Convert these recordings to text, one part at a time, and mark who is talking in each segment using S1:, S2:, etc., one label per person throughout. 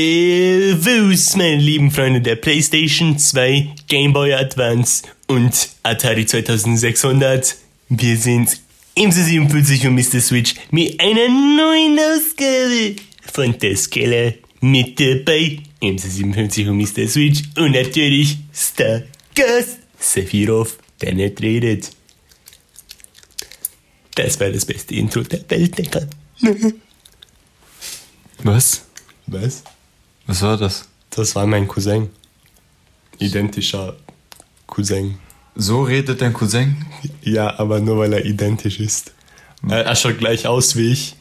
S1: Servus, meine lieben Freunde der PlayStation 2, Game Boy Advance und Atari 2600. Wir sind im 47 und Mr. Switch mit einer neuen Ausgabe von der Skala mit dabei. Im 57 und Mr. Switch und natürlich Stargast Sephiroth, der nicht redet. Das war das beste Intro der Welt, Digga.
S2: Was?
S1: Was?
S2: Was war das?
S1: Das war mein Cousin. Identischer Cousin.
S2: So redet dein Cousin?
S1: Ja, aber nur weil er identisch ist. Er, er schaut gleich aus wie ich,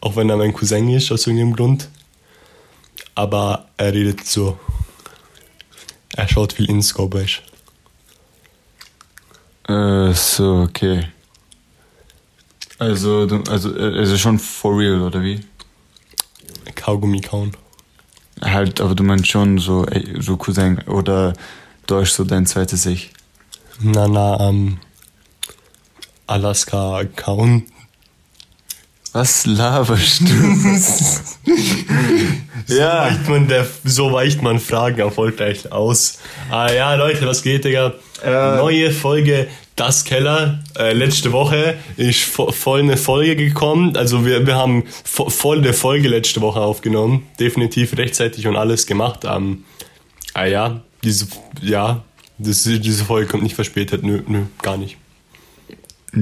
S1: auch wenn er mein Cousin ist, aus irgendeinem Grund. Aber er redet so. Er schaut viel ins Gobisch.
S2: Äh, so, okay. Also, du- also, äh, also schon for real, oder wie?
S1: Kaugummi kauen.
S2: Halt, aber du meinst schon so, ey, so Cousin oder Deutsch so dein zweites Ich.
S1: Na, na, ähm. Alaska kauen.
S2: Was laberst du? ja.
S1: Weicht man der, so weicht man Fragen erfolgreich aus. Ah ja, Leute, was geht, Digga? Neue Folge Das Keller. Äh, letzte Woche ist vo voll eine Folge gekommen. Also wir, wir haben vo voll eine Folge letzte Woche aufgenommen. Definitiv rechtzeitig und alles gemacht. Ähm, ah ja, diese, ja, das, diese Folge kommt nicht verspätet. Nö, nö, gar nicht.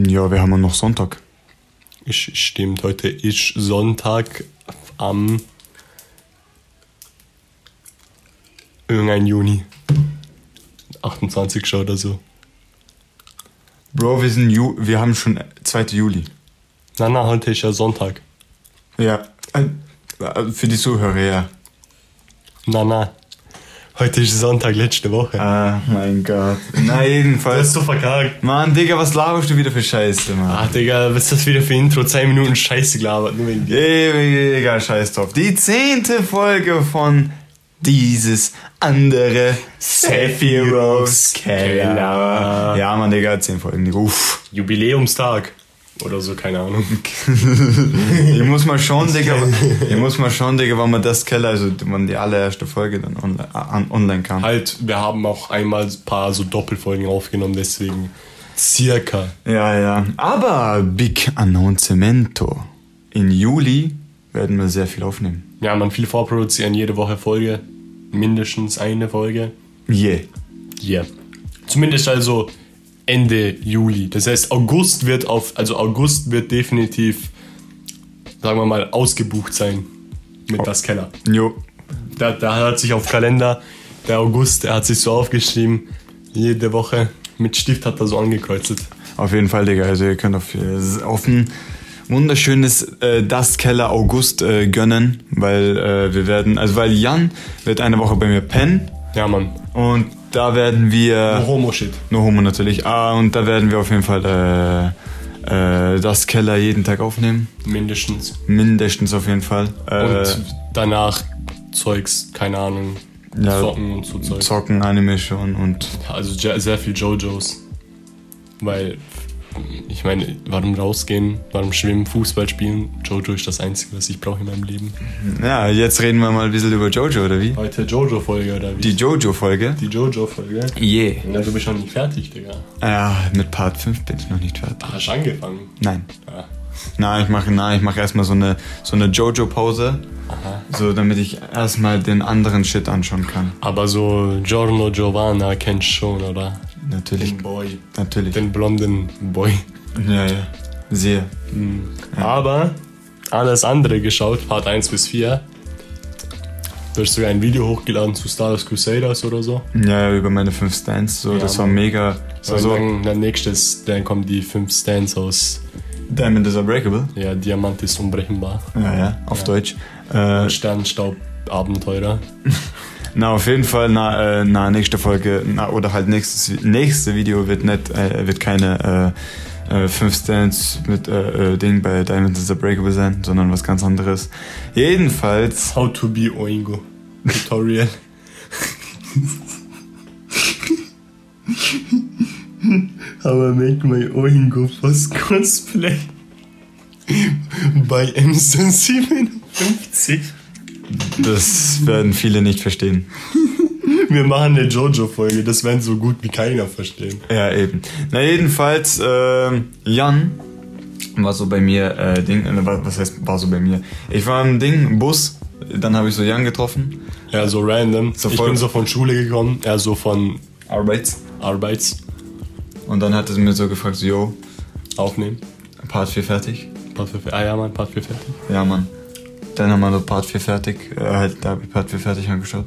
S2: Ja, wir haben ja noch Sonntag.
S1: Ist- Stimmt, heute ist Sonntag am irgendein Juni. 28. oder so.
S2: Bro, wir sind Ju wir haben schon 2. Juli.
S1: Na, na, heute ist ja Sonntag.
S2: Ja. Äh, äh, Für die Zuhörer, ja.
S1: Na, na. Heute ist Sonntag, letzte Woche.
S2: Ah, mein Gott. Na, jedenfalls.
S1: du verkackt?
S2: Mann, Digga, was laberst du wieder für Scheiße, Mann?
S1: Ach, Digga, was ist das wieder für Intro? 10 Minuten Scheiße gelabert, nur wegen dir.
S2: Ewiger Scheiß drauf. Die zehnte Folge von dieses andere Sephiroths Keller. Ja, Mann, Digga, zehn Folgen. Digga. Uff.
S1: Jubiläumstag. Oder so, keine Ahnung.
S2: Ich muss mal schauen, Digga. Ich muss mal schauen, Digga, wann man das Keller, also wann die allererste Folge dann online, an, online kam.
S1: Halt, wir haben auch einmal ein paar so Doppelfolgen aufgenommen, deswegen circa.
S2: Ja, ja. Aber Big Announcemento. In Juli werden wir sehr viel aufnehmen.
S1: Ja, man viel vorproduzieren, jede Woche Folge. Mindestens eine Folge.
S2: Yeah.
S1: Ja. Yeah. Zumindest also Ende Juli. Das heißt, August wird auf, also August wird definitiv, sagen wir mal, ausgebucht sein
S2: Oh.
S1: mit das Keller.
S2: Jo.
S1: Da, da hat sich auf Kalender, der August, er hat sich so aufgeschrieben, jede Woche mit Stift hat er so angekreuzelt.
S2: Auf jeden Fall, Digga. Also ihr könnt auf, äh, auf ein wunderschönes äh, Das Keller August äh, gönnen, weil äh, wir werden, also weil Jan wird eine Woche bei mir pennen
S1: Ja, Mann.
S2: und da werden wir,
S1: Homo-Shit.
S2: nur Homo natürlich, ah, und da werden wir auf jeden Fall äh, äh, Das Keller jeden Tag aufnehmen,
S1: Mindestens.
S2: mindestens auf jeden Fall. Äh,
S1: Und danach Zeugs, keine Ahnung,
S2: Ja.
S1: Zocken und so Zeugs.
S2: zocken, Anime schon und
S1: Also ja- sehr viel Jojos. Weil, ich meine, warum rausgehen, warum schwimmen, Fußball spielen? Jojo ist das Einzige, was ich brauche in meinem Leben.
S2: ja, jetzt reden wir mal ein bisschen über Jojo, oder wie?
S1: Heute Jojo-Folge oder wie?
S2: Die Jojo-Folge.
S1: Die Jojo-Folge?
S2: Yeah.
S1: Na, du bist noch nicht fertig, Digga.
S2: Ja, mit Part 5 bin ich noch nicht fertig.
S1: Hast angefangen.
S2: Nein.
S1: Ja.
S2: Na, ich mache na, ich mache erstmal so eine so eine Jojo Pause,
S1: Aha.
S2: so damit ich erstmal den anderen Shit anschauen kann.
S1: Aber so Giorno Giovanna kennst du schon, oder?
S2: Natürlich,
S1: Boy.
S2: natürlich.
S1: Den blonden Boy.
S2: ja, ja. Sehr.
S1: Aber alles andere geschaut, Part 1 bis 4. Du hast sogar ein Video hochgeladen zu Star Wars Crusaders oder so.
S2: Ja, ja, über meine fünf Stands, so
S1: Ja,
S2: das war
S1: Mann.
S2: mega.
S1: So,
S2: So, so
S1: dann, dann nächstes, dann kommen die fünf Stands aus
S2: Diamond is unbreakable.
S1: ja, Diamant ist unbrechenbar.
S2: Ja, ja, auf Deutsch. Äh,
S1: Sternstaub Abenteurer.
S2: na, auf jeden Fall, na, äh, na nächste Folge, na, oder halt nächstes nächste Video wird nicht, äh, wird keine äh, äh, fünf Stands mit äh, äh, Ding bei Diamond is unbreakable sein, sondern was ganz anderes. Jedenfalls.
S1: How to be Oingo. Tutorial. How I make my Oingo Boss Cosplay. Bei M57.
S2: Das werden viele nicht verstehen.
S1: Wir machen eine Jojo-Folge, das werden so gut wie keiner verstehen.
S2: Ja, eben. Na, jedenfalls, ähm, Jan war so bei mir, äh, Ding, äh, wa- was heißt, war so bei mir? Ich war im Ding, im Bus, dann habe ich so Jan getroffen.
S1: Ja, so random.
S2: So
S1: ich
S2: voll-
S1: bin so von Schule gekommen, ja, so von
S2: Arbeits.
S1: Arbeits
S2: Und dann hat er mir so gefragt, so, yo,
S1: aufnehmen.
S2: Part 4 fertig?
S1: Part 4, ah ja, Mann, Part 4 fertig.
S2: Ja, Mann. Dann haben wir so Part 4 fertig, äh, halt, da habe ich Part 4 fertig angeschaut.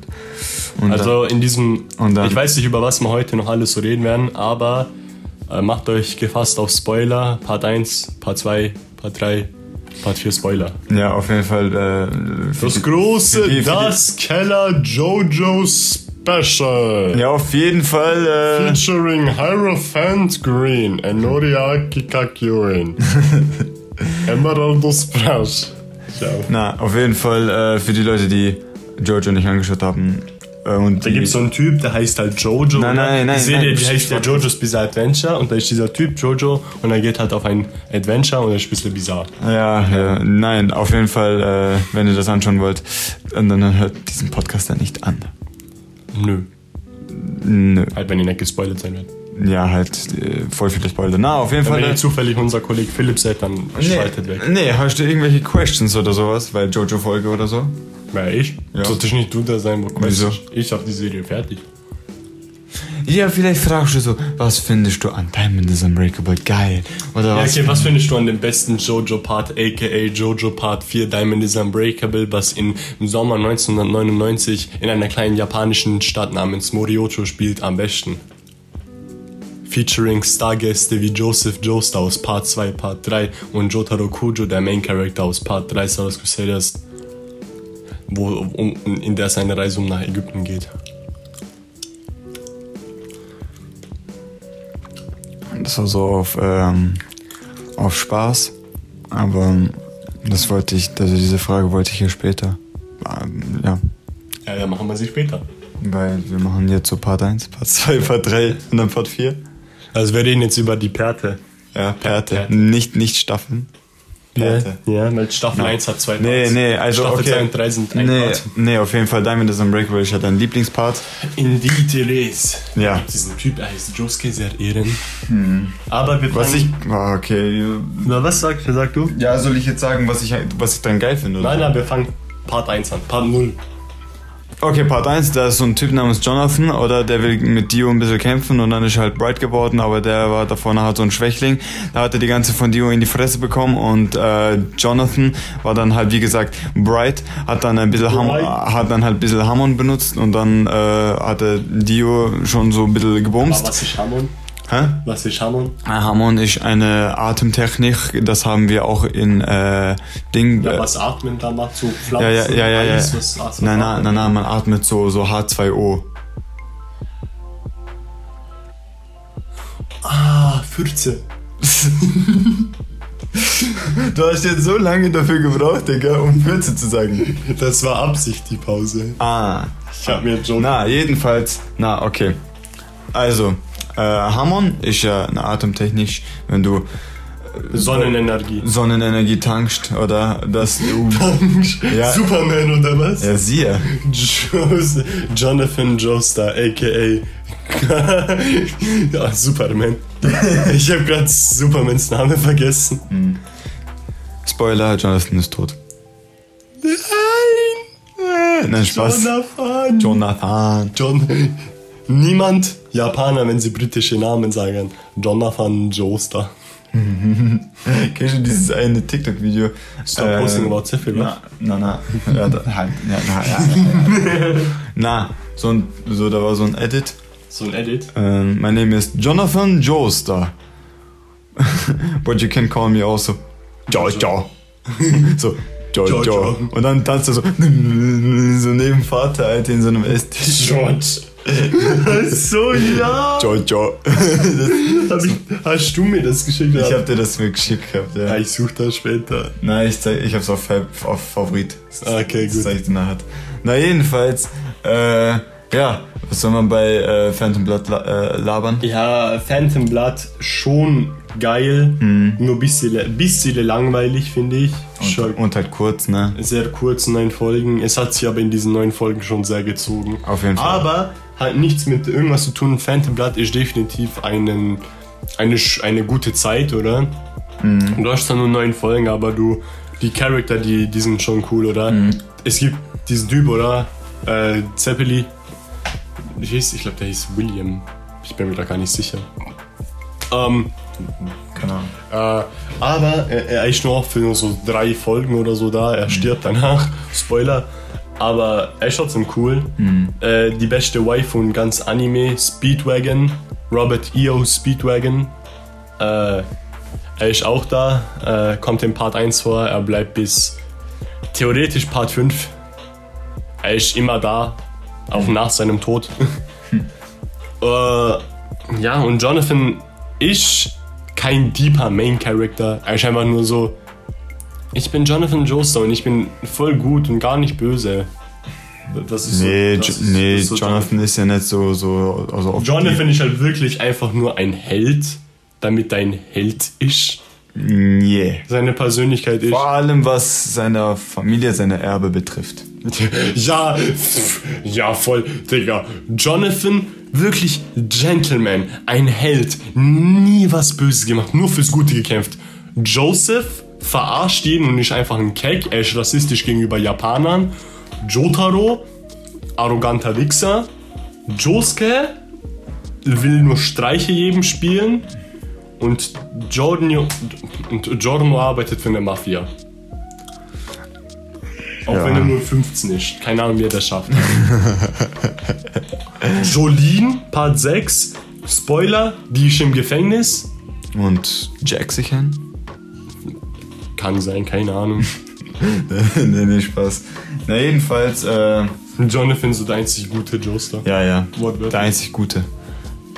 S2: Und
S1: Also in diesem,
S2: Und dann-
S1: ich weiß nicht, über was wir heute noch alles so reden werden, aber äh, macht euch gefasst auf Spoiler. Part 1, Part 2, Part 3, Part 4 Spoiler.
S2: dann, ja, auf jeden Fall, äh,
S1: Das
S2: für die- für die- für
S1: große
S2: die-
S1: Das Keller Jojo Special.
S2: Ja, auf jeden Fall, äh,
S1: Featuring Hierophant Green, Enoria Kikakuin, Emeraldo Splash. Ja.
S2: na, auf jeden Fall, äh, für die Leute, die Jojo nicht angeschaut haben. Äh, und
S1: Da gibt es so einen Typ, der heißt halt Jojo. oder?
S2: Nein, nein, nein,
S1: Die Serie,
S2: nein,
S1: die heißt ja Jojo's Bizarre Adventure und da ist dieser Typ Jojo und er geht halt auf ein Adventure und er ist ein bisschen bizarr.
S2: Ja, ja, nein, auf jeden Fall, äh, wenn ihr das anschauen wollt, dann, dann hört diesen Podcast dann nicht an.
S1: Nö.
S2: Nö.
S1: Halt, wenn ihr nicht gespoilert sein werdet.
S2: Ja, halt äh, voll viele Spoiler. Na, auf jeden Fall.
S1: Wenn
S2: äh,
S1: ihr zufällig unser Kollege Philipp seid, dann schaltet
S2: nee,
S1: weg.
S2: nee, hast du irgendwelche Questions oder sowas? Weil Jojo-Folge oder so?
S1: Wer ich?
S2: Ja.
S1: Sollte ich nicht du da sein, wo
S2: Wieso?
S1: Ich hab die Serie fertig.
S2: Ja, vielleicht fragst du so, was findest du an Diamond is Unbreakable geil? Oder
S1: Ja,
S2: was?
S1: okay, was findest du an dem besten Jojo-Part, aka Jojo-Part 4 Diamond is Unbreakable, was in, im Sommer 1999 in einer kleinen japanischen Stadt namens Morioto spielt, am besten? Featuring Stargäste wie Joseph Joestar aus Part 2, Part 3 und Jotaro Kujo, der Main Character aus Part 3 Star Wars Crusaders, wo, um, in der seine Reise um nach Ägypten geht.
S2: Das war so auf, ähm, auf Spaß. Aber ähm, das wollte ich, also diese Frage wollte ich ja später. Ähm, ja.
S1: Ja, ja, machen wir sie später.
S2: Weil wir machen jetzt so Part 1, Part 2, Part 3 und dann Part 4.
S1: Also wir reden jetzt über die Perte.
S2: Ja, Perte.
S1: Perte.
S2: Nicht, nicht Staffeln. Perte.
S1: Ja, weil Staffel 1 hat zwei
S2: Nee,
S1: Parts.
S2: nee, also
S1: Staffel
S2: okay.
S1: 2 und 3 sind ein
S2: nee,
S1: Part.
S2: nee, auf jeden Fall Diamond is Unbreakable ist ja dein Lieblingspart.
S1: In die Therese.
S2: Ja. Hm.
S1: Gibt diesen Typ, er heißt Josuke sehr ehren. Aber wir
S2: Was ich...
S1: fangen-
S2: Ah, okay.
S1: Na, was sagst du? Sag du?
S2: Ja, soll ich jetzt sagen, was ich, was ich dann geil finde? Oder?
S1: Nein, nein, wir fangen Part 1 an. Part 0.
S2: Okay, Part 1, da ist so ein Typ namens Jonathan, oder der will mit Dio ein bisschen kämpfen und dann ist er halt Bright geworden, aber der war da vorne halt so ein Schwächling. Da hat er die ganze von Dio in die Fresse bekommen und äh, Jonathan war dann halt, wie gesagt, Bright, hat dann ein bisschen, Ham
S1: Bright.
S2: hat dann halt ein bisschen Hammond benutzt und dann äh, hat er Dio schon so ein bisschen
S1: Aber
S2: gebumst.
S1: was ist Hammond?
S2: Hä?
S1: Was ist Hammond?
S2: Ah, Hammond ist eine Atemtechnik, das haben wir auch in äh, Ding...
S1: Ja,
S2: äh,
S1: was atmen da macht so Pflanzen?
S2: ja, ja, ja, ja, ja.
S1: Alles, was, was
S2: Nein, nein,
S1: atmet.
S2: nein, nein, man atmet so, so H2O.
S1: Ah, Fürze.
S2: Du hast jetzt so lange dafür gebraucht, Digga, um Fürze zu sagen.
S1: Das war Absicht, die Pause.
S2: Ah.
S1: Ich hab mir Jojo...
S2: Na, jedenfalls. Na, okay. Also, äh, Hammon ist ja eine Atemtechnik, wenn du
S1: Sonnenenergie.
S2: Sonnenenergie tankst oder das du. Ja.
S1: Superman oder was?
S2: ja, siehe.
S1: Jos- Jonathan Joestar, a.k.a. ja, Superman. Ich habe gerade Supermans Name vergessen.
S2: Spoiler, Jonathan ist tot.
S1: Nein!
S2: Äh, Nein, Spaß.
S1: Jonathan!
S2: Jonathan.
S1: John. Niemand Japaner, wenn sie britische Namen sagen. Jonathan Joestar.
S2: Kennst du dieses eine TikTok-Video?
S1: Stop posting about ne? Sephiroth.
S2: Na, na, na. Ja, da, halt. Ja, na, ja, ja, ja. na, so, ein, so, da war so ein Edit.
S1: So ein Edit.
S2: Um, my name is Jonathan Joestar. But you can call me also Jojo. so, Jojo.
S1: Jojo.
S2: Und dann tanzt er so, so neben Vater, Alter, in so einem Esstisch.
S1: George. Das ist so ja.
S2: Jojo.
S1: Hab ich- Hast du mir das geschickt?
S2: Ich hab dir das mir geschickt gehabt, ja.
S1: ja, ich such das später.
S2: Nein, ich, zeig, ich hab's auf, Fa- auf Favorit. Das-
S1: Ah, Okay,
S2: das
S1: gut.
S2: zeig ich dir nachher. Na, jedenfalls, äh, ja, was soll man bei äh, Phantom Blood la äh, labern?
S1: Ja, Phantom Blood schon geil, nur ein bisschen, bisschen langweilig, finde ich. Ist
S2: Mhm. Und,
S1: halt
S2: und halt kurz, ne?
S1: sehr kurz, neun Folgen. Es hat sich aber in diesen neun Folgen schon sehr gezogen.
S2: Auf jeden Fall.
S1: Aber hat nichts mit irgendwas zu tun. Phantom Blood ist definitiv einen, eine, sch- eine gute Zeit, oder?
S2: Mhm.
S1: Du hast zwar nur neun Folgen, aber du, die Charakter, die, die sind schon cool, oder?
S2: Mhm.
S1: Es gibt diesen Typ, oder? Äh, Zeppeli. Ich, hieß- ich glaube, der hieß William. Ich bin mir da gar nicht sicher. Ähm,
S2: Keine Ahnung.
S1: äh, aber er, er ist nur auch für nur so drei Folgen oder so da. Er stirbt danach. Spoiler. Aber er ist trotzdem cool. Äh, die beste Waifu in ganz Anime, Speedwagon. Robert E.O. Speedwagon. Äh, er ist auch da. Äh, kommt in Part 1 vor. Er bleibt bis theoretisch Part 5. Er ist immer da. Auch
S2: Mhm.
S1: nach seinem Tod. äh, ja, und Jonathan ist kein deeper Main Character. Er ist einfach nur so. Ich bin Jonathan Joestar und ich bin voll gut und gar nicht böse. Das ist
S2: Nee,
S1: so, das
S2: Jo-
S1: ist-
S2: nee
S1: das ist so
S2: Jonathan ist ja nicht so, so also auf
S1: Jonathan ist halt wirklich einfach nur ein Held, damit dein Held ist.
S2: Die, nee.
S1: Seine Persönlichkeit ist.
S2: Vor allem was seine Familie, seine Erbe betrifft.
S1: Ja, pff, ja, voll, Digga. Jonathan, wirklich Gentleman, ein Held, nie was Böses gemacht, nur fürs Gute gekämpft. Joseph verarscht jeden und ist einfach ein Keck, er ist rassistisch gegenüber Japanern. Jotaro, arroganter Wichser. Josuke will nur Streiche jedem spielen. Und Giorno, und Giorno arbeitet für eine Mafia. Auch
S2: Ja.
S1: wenn er nur 15 ist. Keine Ahnung, wie er das schafft. Jolene, Part 6. Spoiler, die ist im Gefängnis.
S2: Und Jack sich hin?
S1: Kann sein, keine Ahnung.
S2: nee, nee, Spaß. Na jedenfalls, äh,
S1: Jonathan so der einzig gute Joester.
S2: ja, ja.
S1: Wortwörtlich.
S2: Der einzig Gute.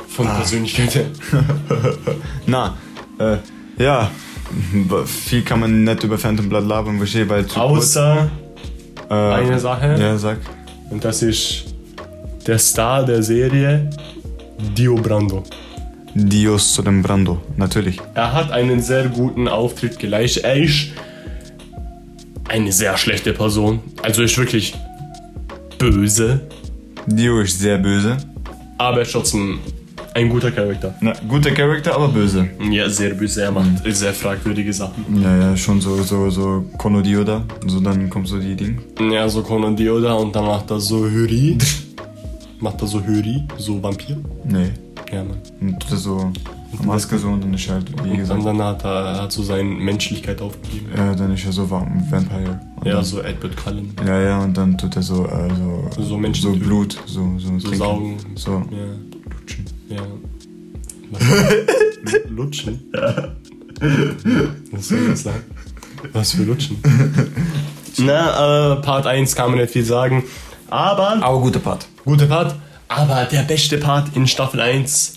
S1: Von
S2: Ah.
S1: Persönlichkeit her.
S2: Na, äh, ja. B- Viel kann man nicht über Phantom Blood labern, verstehe, weil zu
S1: Außer
S2: kurz, äh,
S1: eine Sache.
S2: Ja, sag.
S1: Und das ist der Star der Serie, Dio Brando.
S2: Dios zu dem Brando, natürlich.
S1: Er hat einen sehr guten Auftritt geleistet. Er ist eine sehr schlechte Person. Also ist wirklich böse,
S2: Dio ist sehr böse.
S1: aber er ist trotzdem ein guter Charakter.
S2: Na, guter Charakter, aber böse.
S1: Ja, sehr böse. Er macht sehr fragwürdige Sachen.
S2: Ja, ja, schon so, so, so Konodio da. So, dann kommt so die Ding.
S1: Ja, so Conan Dioda und dann macht er so Hyri. macht er so Hyri, so Vampir.
S2: Nee.
S1: Ja, Mann.
S2: Und tut er so eine Maske so und dann ist er halt, wie
S1: Und
S2: gesagt,
S1: dann hat er hat so seine Menschlichkeit aufgegeben.
S2: äh, dann ist er so Vam- Vampire. Und
S1: Ja,
S2: dann,
S1: so Edward Cullen.
S2: ja, ja, und dann tut er so, äh, so,
S1: So Menschen
S2: so
S1: töten.
S2: Blut, so, so,
S1: So
S2: trinken.
S1: saugen.
S2: So,
S1: Ja.
S2: lutschen.
S1: Ja. Was? Lutschen? Was soll das sein? Was für Lutschen? Na, äh, Part 1 kann man nicht viel sagen. Aber,
S2: Aber guter Part.
S1: guter Part. Aber der beste Part in Staffel 1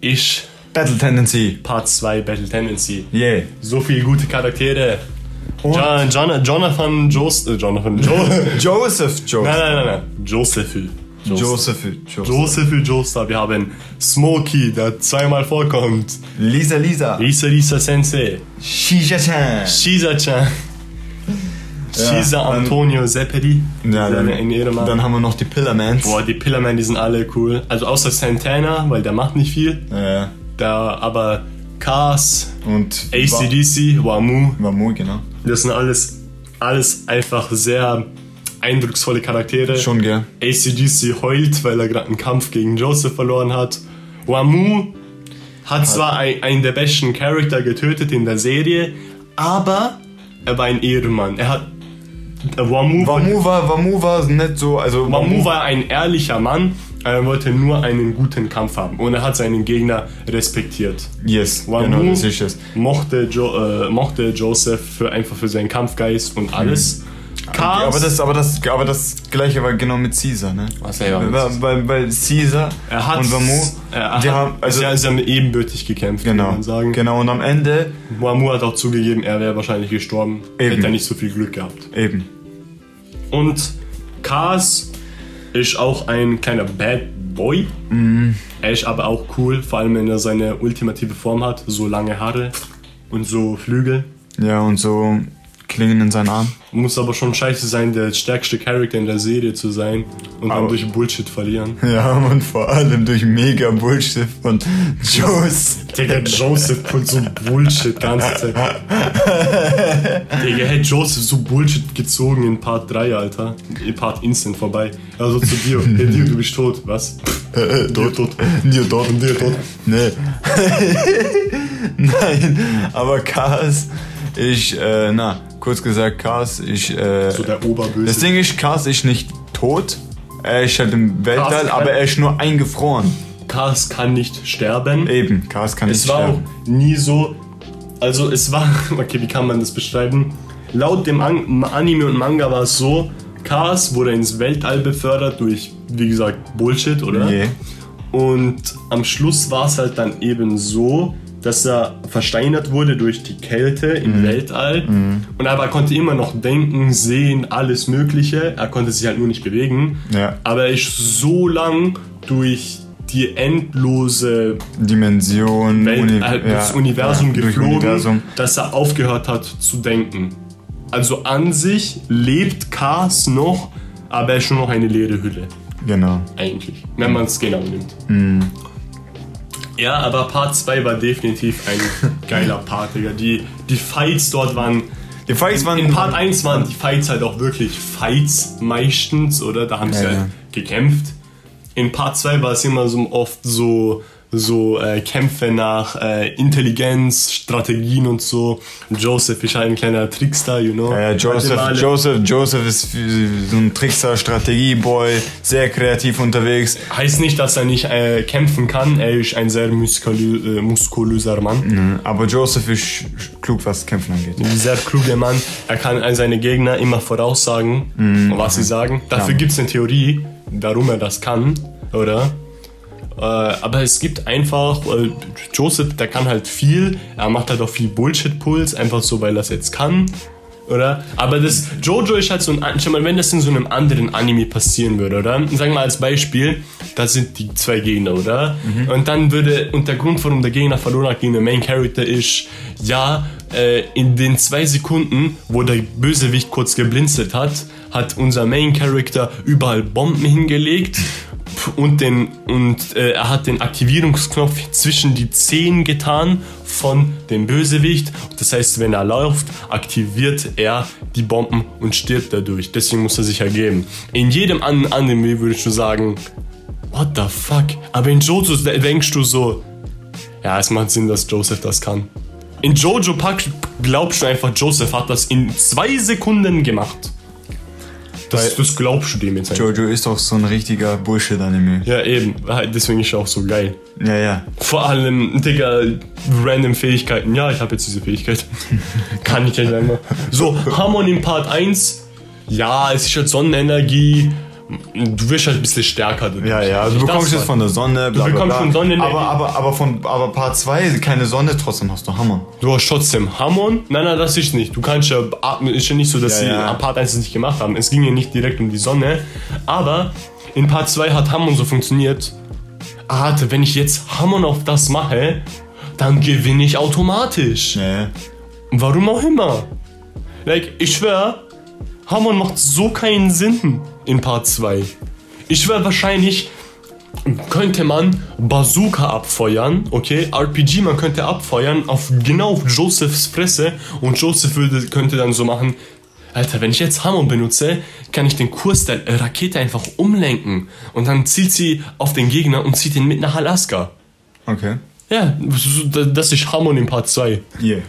S1: ist
S2: Battle Tendency.
S1: Part 2 Battle Tendency.
S2: Yeah.
S1: So viele gute Charaktere.
S2: Und-
S1: John, John, Jonathan Jos... Äh, Jonathan Jo... nein,
S2: Joseph Joseph.
S1: nein, nein, nein. Joseph.
S2: Joseph Joseph.
S1: Joseph Joestar. Wir haben Smokey, der zweimal vorkommt.
S2: Lisa Lisa.
S1: Risa Risa Sensei,
S2: Shisha-chan.
S1: Shisa-chan, Shisa
S2: dann-
S1: Antonio Zeppeli,
S2: Ja, dann,
S1: in ihrem
S2: dann haben wir noch die Pillarmans.
S1: Boah, die Pillarmen, die sind alle cool. Also außer Santana, weil der macht nicht viel.
S2: Äh,
S1: Da aber Cars,
S2: und
S1: ACDC, Wamu,
S2: Wa- Wamu, genau.
S1: das sind alles, alles einfach sehr eindrucksvolle Charaktere.
S2: Schon, gell?
S1: ACDC heult, weil er gerade einen Kampf gegen Joseph verloren hat. Wamu hat zwar ein, einen der besten Charakter getötet in der Serie, aber er war ein Ehrenmann. Er hat. äh, Wamu,
S2: Wamu war, Wamu war nicht so, also
S1: Wamu war ein ehrlicher Mann, er wollte nur einen guten Kampf haben und er hat seinen Gegner respektiert.
S2: Yes,
S1: Wamu
S2: genau, das ist es.
S1: Mochte, jo äh, mochte Joseph für, einfach für seinen Kampfgeist und alles. Cars,
S2: Mhm. Aber das, aber das, aber das gleiche war genau mit Caesar, ne?
S1: Was, ja, ja, mit
S2: Weil, weil, weil Caesar
S1: er hat,
S2: und Wamu,
S1: er
S2: die
S1: hat,
S2: haben, also,
S1: sie, sie haben ebenbürtig gekämpft, kann
S2: genau,
S1: man sagen.
S2: genau, und am Ende,
S1: Wamu hat auch zugegeben, er wäre wahrscheinlich gestorben,
S2: Eben.
S1: hätte er nicht so viel Glück gehabt.
S2: eben,
S1: Und Kars ist auch ein kleiner Bad Boy.
S2: Mhm.
S1: Er ist aber auch cool, vor allem wenn er seine ultimative Form hat. So lange Haare und so Flügel.
S2: Ja, und so Klingen in seinen Arm.
S1: Muss aber schon scheiße sein, der stärkste Charakter in der Serie zu sein und dann
S2: Aber-
S1: durch Bullshit verlieren.
S2: Ja, und vor allem durch mega Bullshit von Joes. Äh,
S1: Digga, Joseph pullt so Bullshit ganze Zeit. Digga, hätte Joseph so Bullshit gezogen in Part 3, Alter. In Part Instant vorbei. Also zu Dio. Hey Dio, du bist tot. Was?
S2: Äh,
S1: Dio
S2: dort,
S1: tot.
S2: Dio dort.
S1: Dio tot.
S2: Nee. Nein, aber Cars ist, äh, na, kurz gesagt, Cars ist, äh,
S1: So der Oberböse.
S2: das Ding ist, Cars ist nicht tot. Er ist halt im Weltall,
S1: kann-
S2: aber er ist nur eingefroren.
S1: Cars kann nicht sterben.
S2: Eben, Cars kann
S1: Es
S2: nicht
S1: war auch
S2: sterben.
S1: nie so. Also es war. Okay, wie kann man das beschreiben? Laut dem An Anime und Manga war es so, Cars wurde ins Weltall befördert durch, wie gesagt, Bullshit, oder?
S2: Je.
S1: Und am Schluss war es halt dann eben so, dass er versteinert wurde durch die Kälte im
S2: Mhm.
S1: Weltall. Und aber er konnte immer noch denken, sehen, alles Mögliche. Er konnte sich halt nur nicht bewegen.
S2: Ja.
S1: Aber er ist so lang durch die endlose
S2: Dimension,
S1: Welt,
S2: Uni-
S1: äh,
S2: ja,
S1: das Universum
S2: ja, durch
S1: geflogen,
S2: Universum.
S1: dass er aufgehört hat zu denken. Also an sich lebt Cars noch, aber er ist schon noch eine leere Hülle
S2: Genau.
S1: eigentlich, wenn man es genau nimmt.
S2: Hm.
S1: Ja, aber Part 2 war definitiv ein geiler Part, Digga. Die, die Fights dort waren.
S2: Die Fights waren
S1: In Part 1 waren die Fights halt auch wirklich Fights meistens, oder? Da haben sie
S2: Ja,
S1: halt
S2: ja.
S1: gekämpft. In Part 2 war es immer so oft so, so äh, Kämpfe nach äh, Intelligenz, Strategien und so. Joseph ist halt ein kleiner Trickster, you know.
S2: Ja, ja,
S1: Hat immer alle-
S2: Joseph, Joseph, Joseph ist wie so ein Trickster, Strategieboy, sehr kreativ unterwegs.
S1: Heißt nicht, dass er nicht äh, kämpfen kann. Er ist ein sehr muskulö äh, muskulöser Mann.
S2: Aber Joseph ist sch- klug, was Kämpfen angeht.
S1: Ein sehr kluger Mann. Er kann all seine Gegner immer voraussagen, was sie sagen. Dafür
S2: Ja.
S1: gibt es eine Theorie, darum er das kann, oder? Äh, aber es gibt einfach, äh, Joseph, der kann halt viel. Er macht halt auch viel Bullshit-Puls, einfach so, weil er es jetzt kann. Oder? Aber das Jojo ist halt so ein. Schau mal, wenn das in so einem anderen Anime passieren würde, oder? Sagen wir mal als Beispiel, da sind die zwei Gegner, oder? Und dann würde. Und der Grund, warum der Gegner verloren hat gegen den Main Character ist, ja, äh, in den zwei Sekunden, wo der Bösewicht kurz geblinzelt hat, hat unser Main Character überall Bomben hingelegt und, den, und äh, er hat den Aktivierungsknopf zwischen die Zehen getan von dem Bösewicht. Das heißt, wenn er läuft, aktiviert er die Bomben und stirbt dadurch. Deswegen muss er sich ergeben. In jedem anderen Anime würdest du sagen, what the fuck? Aber in Jojo denkst du so, ja, es macht Sinn, dass Joseph das kann. In Jojo Park glaubst du einfach, Joseph hat das in zwei Sekunden gemacht. Das, das glaubst du dem jetzt einfach.
S2: Jojo ist doch so ein richtiger Bullshit-Anime.
S1: Ja, eben. Ah, Deswegen ist er auch so geil.
S2: Ja, ja.
S1: Vor allem, Digga, random Fähigkeiten. Ja, ich habe jetzt diese Fähigkeit. Kann ich ja nicht einmal. So, Hammond in Part 1. Ja, es ist halt Sonnenenergie. Du wirst halt ein bisschen stärker. dadurch.
S2: Ja, ja, also du
S1: Das
S2: bekommst es
S1: war-
S2: von der Sonne, bla, bla,
S1: bekommst
S2: bla.
S1: von Sonne, ne?
S2: aber, aber, aber, von, aber Part 2, keine Sonne, trotzdem hast du Hammer.
S1: Du hast trotzdem Hammond. Nein, nein, das ist nicht. Du kannst ja atmen. Ist ja nicht so, dass
S2: Ja,
S1: sie
S2: ja.
S1: an Part 1 das nicht gemacht haben. Es ging ja nicht direkt um die Sonne. Aber in Part 2 hat Hammond so funktioniert. Ah, Warte, wenn ich jetzt Hammond auf das mache, dann gewinne ich automatisch.
S2: Ja, ja.
S1: Warum auch immer. Like, ich schwör, Hammond macht so keinen Sinn in Part 2. Ich schwör, wahrscheinlich könnte man Bazooka abfeuern, okay? RPG, man könnte abfeuern auf genau auf Josephs Fresse und Joseph würde, könnte dann so machen, Alter, wenn ich jetzt Hammond benutze, kann ich den Kurs der Rakete einfach umlenken und dann zielt sie auf den Gegner und zieht ihn mit nach Alaska.
S2: Okay.
S1: Ja, so- das ist Hammond in Part 2.
S2: Yeah.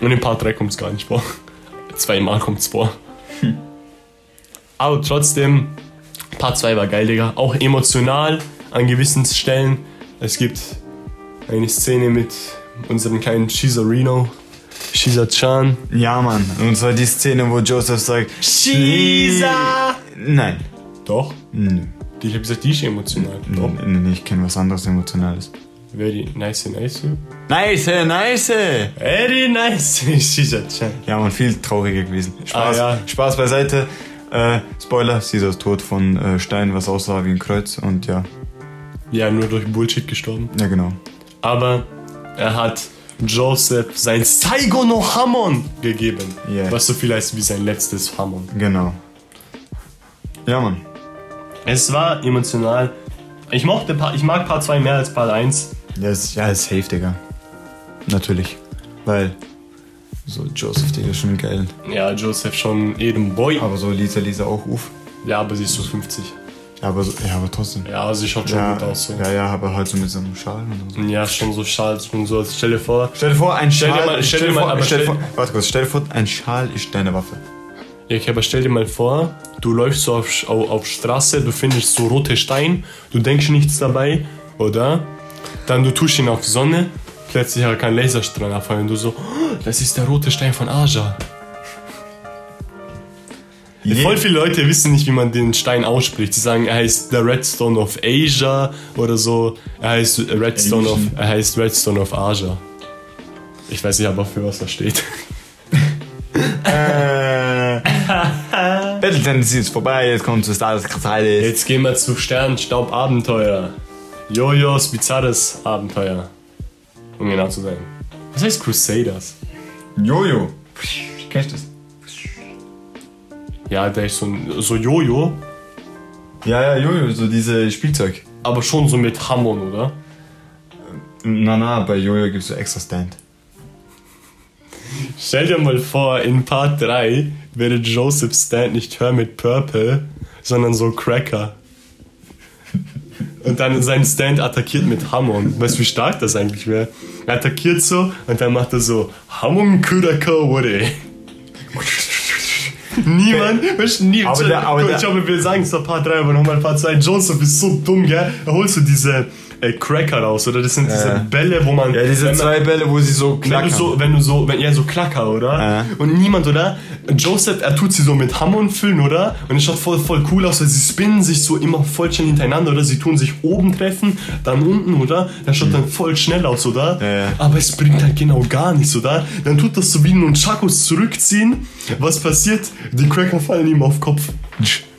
S1: Und in Part 3 kommt es gar nicht vor. Zweimal kommt es vor. Aber trotzdem, Part 2 war geil, Digga. Auch emotional an gewissen Stellen. Es gibt eine Szene mit unserem kleinen Shizarino, Shizachan.
S2: Ja, Mann. Und zwar die Szene, wo Joseph sagt:
S1: Shiza!
S2: Nein.
S1: Doch,
S2: Nö.
S1: die, ich hab gesagt, die ist emotional. Doch,
S2: Nö, nö, Ich kenne was anderes Emotionales.
S1: very nice, nice.
S2: Nice, nice!
S1: Very nice, Shizachan.
S2: Ja, man, viel trauriger gewesen. Spaß,
S1: Ah, ja.
S2: Spaß beiseite. Äh, Spoiler, Caesar ist tot von äh, Stein, was aussah wie ein Kreuz und ja,
S1: Ja, nur durch Bullshit gestorben.
S2: ja genau.
S1: Aber er hat Joseph sein Saigo no Hamon gegeben.
S2: Yeah.
S1: Was so viel heißt wie sein letztes Hamon.
S2: Genau. Ja, Mann.
S1: Es war emotional. Ich, mochte, Pa- ich mag Part 2 mehr als Part 1.
S2: Ja, ist, ja, ist safe, Digga. Natürlich. Weil so Joseph, Digga, ist schon geil.
S1: Ja, Joseph schon eben Boy.
S2: Aber so Lisa, Lisa auch, uff.
S1: Ja, aber sie ist so 50.
S2: Ja, aber, so, ja, aber trotzdem.
S1: Ja, sie schaut schon
S2: Ja,
S1: gut aus. So.
S2: ja, ja, aber halt so mit so einem Schal und so.
S1: Ja. schon so schal und so. Stell dir vor,
S2: Stell dir vor, ein
S1: Stell dir
S2: Schal.
S1: mal- stell dir mal-
S2: vor,
S1: aber
S2: stell dir
S1: stell-
S2: vor, warte kurz, stell dir vor, ein Schal ist deine Waffe.
S1: Ja, okay, aber stell dir mal vor, du läufst so auf, Sch- au- auf Straße, du findest so rote Stein, du denkst nichts dabei, oder? Dann du tust ihn auf Sonne, plötzlich hat er kein Laserstrahl erfallen und du so, "Oh, das ist der rote Stein von Aja.
S2: Je-
S1: Voll viele Leute wissen nicht, wie man den Stein ausspricht. Sie sagen, er heißt der Redstone of Asia oder so. Er heißt Redstone of, er heißt Redstone of Asia. Ich weiß nicht aber, für was das steht.
S2: Äh, Battle Tendency ist vorbei, jetzt kommt zu Star des Kristals.
S1: Jetzt gehen wir zu Sternstaub-Abenteuer. Jojos bizarres Abenteuer. Um genau zu sein. Was heißt Crusaders?
S2: Jojo. Kennst du das?
S1: Ja, der ist so ein so Jojo,
S2: Ja, ja, Jojo, so diese Spielzeug.
S1: aber schon so mit Hammern, oder?
S2: Na, na, bei Jojo gibt's so extra Stand.
S1: Stell dir mal vor, in Part 3 wäre Joseph Stand nicht Hermit Purple, sondern so Cracker. Und dann sein Stand attackiert mit Hammond. Weißt du, wie stark das eigentlich wäre? Er attackiert so und dann macht er so Hammond Kuraka Wore. Niemand, weißt du, nie,
S2: Aber der- aber
S1: Guck,
S2: der-
S1: ich glaube, wir sagen es doch Part 3, aber nochmal Part 2. Joseph ist so dumm, gell? Da holst du diese äh, Cracker raus, oder? Das sind diese
S2: Ja.
S1: Bälle, wo man.
S2: Ja, diese
S1: wenn man-
S2: zwei Bälle, wo sie
S1: wenn du
S2: so knacken.
S1: so, wenn du so, wenn, ja, so Klacker, oder?
S2: Ja.
S1: Und niemand, oder? Joseph, er tut sie so mit Hammond füllen, oder? Und es schaut voll, voll cool aus, weil sie spinnen sich so immer voll schnell hintereinander, oder? Sie tun sich oben treffen, dann unten, oder? Das schaut dann voll schnell aus, oder?
S2: Mhm. Ja, ja.
S1: Aber es bringt halt genau gar nichts, oder? Dann tut das so wie nun Chakos zurückziehen. Was passiert? Die Cracker fallen ihm auf Kopf.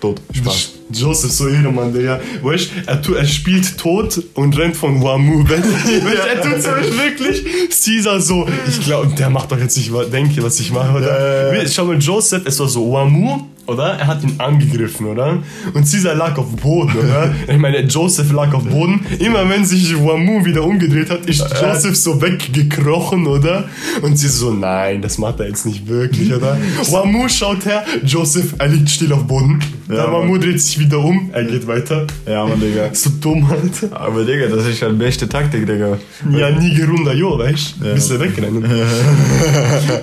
S2: Tot. Spaß.
S1: Joseph, so Ehrenmann, Digga. Weißt er, tu- er spielt tot und rennt von Wamu weg. Weißt, er tut so wirklich. Caesar so, ich glaube, der macht doch jetzt nicht, was denke, was ich mache, oder?
S2: Ja.
S1: Schau mal, Joseph, es war so Wamu, oder? Er hat ihn angegriffen, oder? Und Caesar lag auf Boden, oder? Ich meine, Joseph lag auf Boden. Immer wenn sich Wamu wieder umgedreht hat, ist Joseph so weggekrochen, oder? Und sie so, nein, das macht er jetzt nicht wirklich, oder? Wamu schaut her, Joseph, er liegt still auf Boden.
S2: Ja,
S1: Der Wamu dreht sich wieder um, er geht weiter.
S2: Ja, Mann, Digga.
S1: So dumm, Alter.
S2: Aber Digga, das ist halt beste Taktik, Digga.
S1: Ja, nie gerunda Jo, weißt du? Bist du wegrennen.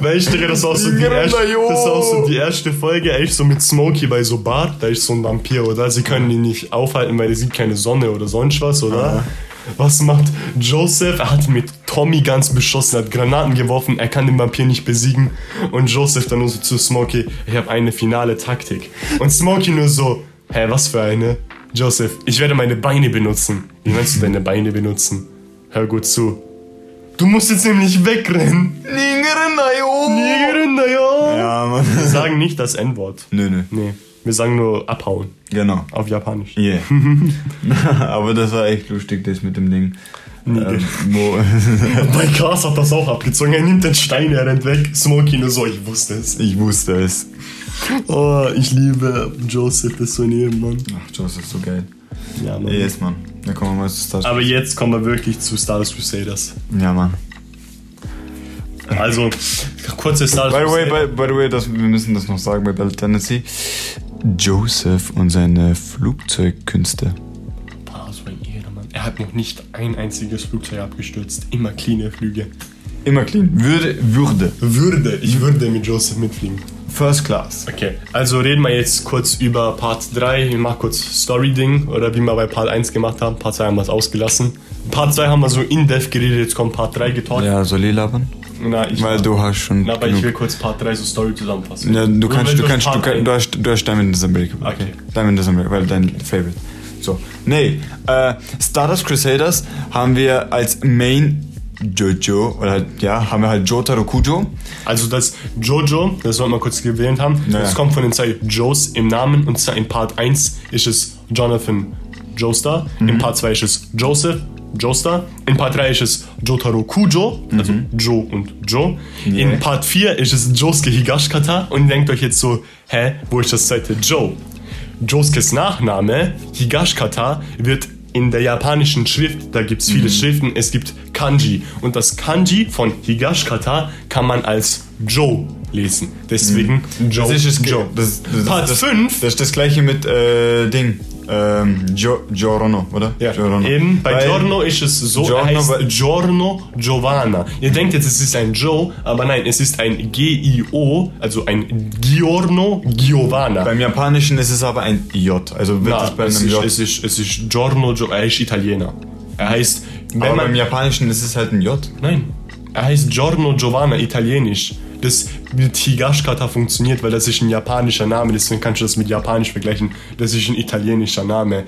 S1: weißt du, das war auch so die
S2: Gerunda,
S1: erste,
S2: jo.
S1: das war auch so die erste Folge, echt so mit Smokey bei so Bart, da ist so ein Vampir, oder? Sie können ihn nicht aufhalten, weil es gibt keine Sonne oder sonst was, oder? Was macht Joseph? Er hat mit Tommy ganz beschossen, hat Granaten geworfen, er kann den Vampir nicht besiegen. Und Joseph dann nur so zu Smokey, ich habe eine finale Taktik. Und Smokey nur so, hä, was für eine? Joseph, ich werde meine Beine benutzen. Wie meinst du deine Beine benutzen? Hör gut zu. Du musst jetzt nämlich wegrennen.
S2: Ningerin, jo.
S1: Jägerin, ja.
S2: Ja, Mann.
S1: Wir sagen nicht das N-Wort.
S2: Nö, nö.
S1: Nee, wir sagen nur abhauen.
S2: Genau.
S1: Auf Japanisch.
S2: Yeah. Aber das war echt lustig, das mit dem Ding. Ähm, wo,
S1: Bei Kars hat das auch abgezogen. Er nimmt den Stein, er rennt weg. Smokey nur so, ich wusste es.
S2: ich wusste es.
S1: Oh, ich liebe Joseph, das ist so ein Ehemann.
S2: Ach, Joseph, so geil.
S1: Ja, Mann.
S2: Yes, Mann. Dann kommen wir mal zu Star
S1: Aber jetzt kommen wir wirklich zu Star Wars Crusaders.
S2: Ja, Mann.
S1: Also, kurze Star Wars
S2: By the way,
S1: Crusaders.
S2: by, by the way das, wir müssen das noch sagen bei Battle Tennessee. Joseph und seine Flugzeugkünste.
S1: Ah, so ein Ehemann. Er hat noch nicht ein einziges Flugzeug abgestürzt. Immer cleane Flüge.
S2: Immer clean. Würde, würde.
S1: Würde, ich würde mit Joseph mitfliegen.
S2: First Class.
S1: Okay, also reden wir jetzt kurz über Part 3. Ich mach kurz Story-Ding oder wie wir bei Part 1 gemacht haben. Part 2 haben wir es ausgelassen. Part 2 haben wir so in-depth geredet, jetzt kommt Part 3 getalkt.
S2: Ja, soll ich labern?
S1: Na, ich,
S2: Weil du hast schon.
S1: na, aber ich
S2: genug.
S1: will kurz Part 3 so Story zusammenfassen.
S2: Ja, du
S1: Oder
S2: kannst,
S1: willst
S2: du kannst,
S1: Part
S2: du kannst,
S1: ein-
S2: du hast, du hast Diamond is Unbreakable.
S1: Okay.
S2: Okay. Diamond is Unbreakable, weil dein Favorite. So. Nee, äh, Stardust Crusaders haben wir als Main Jojo, oder halt, ja, haben wir halt Jotaro Kujo.
S1: Also das Jojo, das sollten wir kurz gewählt haben,
S2: Naja.
S1: das kommt von den zwei Joes im Namen und zwar in Part 1 ist es Jonathan Joestar, in Part 2 ist es Joseph Joestar, in Part 3 ist es Jotaro Kujo, also Joe und Joe, in Part 4 ist es Josuke Higashikata und ihr denkt euch jetzt so, hä, wo ist das zweite Joe? Joskes Nachname, Higashikata, wird in der japanischen Schrift, da gibt es viele Schriften, es gibt Kanji. Und das Kanji von Higashikata kann man als Joe lesen. Deswegen Joe. Joe.
S2: Das, das,
S1: Part
S2: das,
S1: 5.
S2: Das ist das gleiche mit äh, Ding. Ähm, jo, Giorno, oder?
S1: ja,
S2: Giorno.
S1: eben. Bei
S2: Weil-
S1: Giorno ist es so, er
S2: Giorno, Mhm. weil-
S1: heißt Giorno Giovanna. Ihr denkt jetzt, es ist ein Joe, aber nein, es ist ein G-I-O, also ein Giorno Giovanna.
S2: Beim Japanischen ist es aber ein J. Also wird
S1: Na,
S2: es bei
S1: es,
S2: einem
S1: ist,
S2: J.
S1: es, ist, es ist Giorno Gio- er ist Italiener. Er heißt, wenn
S2: aber
S1: man,
S2: beim Japanischen ist es halt ein J.
S1: nein, er heißt Giorno Giovanna, italienisch. Das mit Higashikata funktioniert, weil das ist ein japanischer Name, deswegen kannst du das mit japanisch vergleichen. Das ist ein italienischer Name.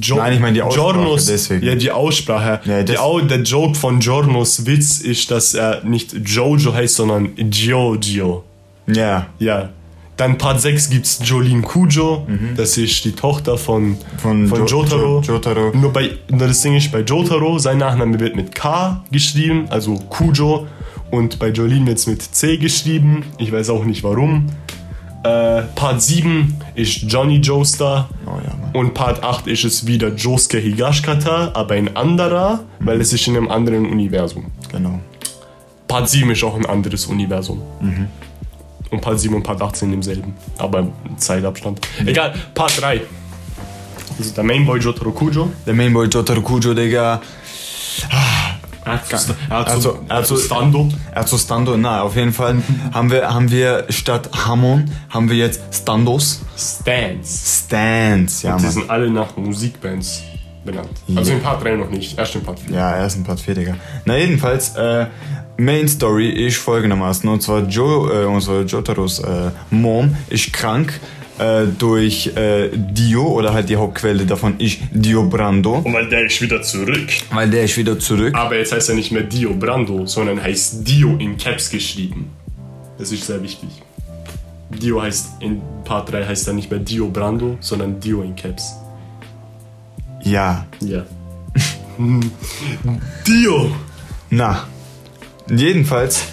S1: Jo
S2: Nein, ich meine die Aussprache,
S1: Giornos-
S2: deswegen.
S1: Ja, die Aussprache.
S2: Ja,
S1: die
S2: das-
S1: Au der Joke von Giornos Witz ist, dass er nicht Jojo heißt, sondern Giorgio.
S2: Ja.
S1: Ja. Dann Part 6 gibt's Jolene Kujo, das ist die Tochter von,
S2: Mhm. Von Jo-
S1: Jotaro.
S2: Jo- Jotaro.
S1: Nur, bei, nur das Ding ist, bei Jotaro, sein Nachname wird mit K geschrieben, also Kujo. Und bei Jolene wird's mit C geschrieben, ich weiß auch nicht warum. Äh, Part 7 ist Johnny Joestar.
S2: Oh ja, Mann.
S1: Und Part 8 ist es wieder Josuke Higashikata, aber ein anderer, weil es ist in einem anderen Universum.
S2: Genau.
S1: Part 7 ist auch ein anderes Universum. Und Part 7 und Part 8 sind im selben. Aber im Zeitabstand. Egal, Part 3. Das ist der Mainboy Jotaro Kujo.
S2: Der Mainboy Jotaro Kujo, Digga.
S1: Er hat so- er hat
S2: Also-
S1: so- er hat so
S2: also-
S1: Stando.
S2: Also Stando, na, auf jeden Fall haben wir, haben wir statt Hamon, haben wir jetzt Standos.
S1: Stance.
S2: Stands, ja,
S1: Die
S2: Mann.
S1: sind alle nach Musikbands benannt. Also in Part 3 noch nicht, erst in Part 4.
S2: Ja, er ist ein Part 4, Digga. Na, jedenfalls, äh, Main Story ist folgendermaßen. Und zwar Joe, äh, unsere Jotaros äh, Mom ist krank äh, durch äh, Dio oder halt die Hauptquelle davon ist Dio Brando,
S1: Und weil der ist wieder zurück.
S2: weil der ist wieder zurück.
S1: Aber jetzt heißt er nicht mehr Dio Brando, sondern heißt Dio in Caps geschrieben. Das ist sehr wichtig. Dio heißt, in Part 3 heißt er nicht mehr Dio Brando, sondern Dio in Caps.
S2: Ja,
S1: Ja. Dio!
S2: na. Jedenfalls.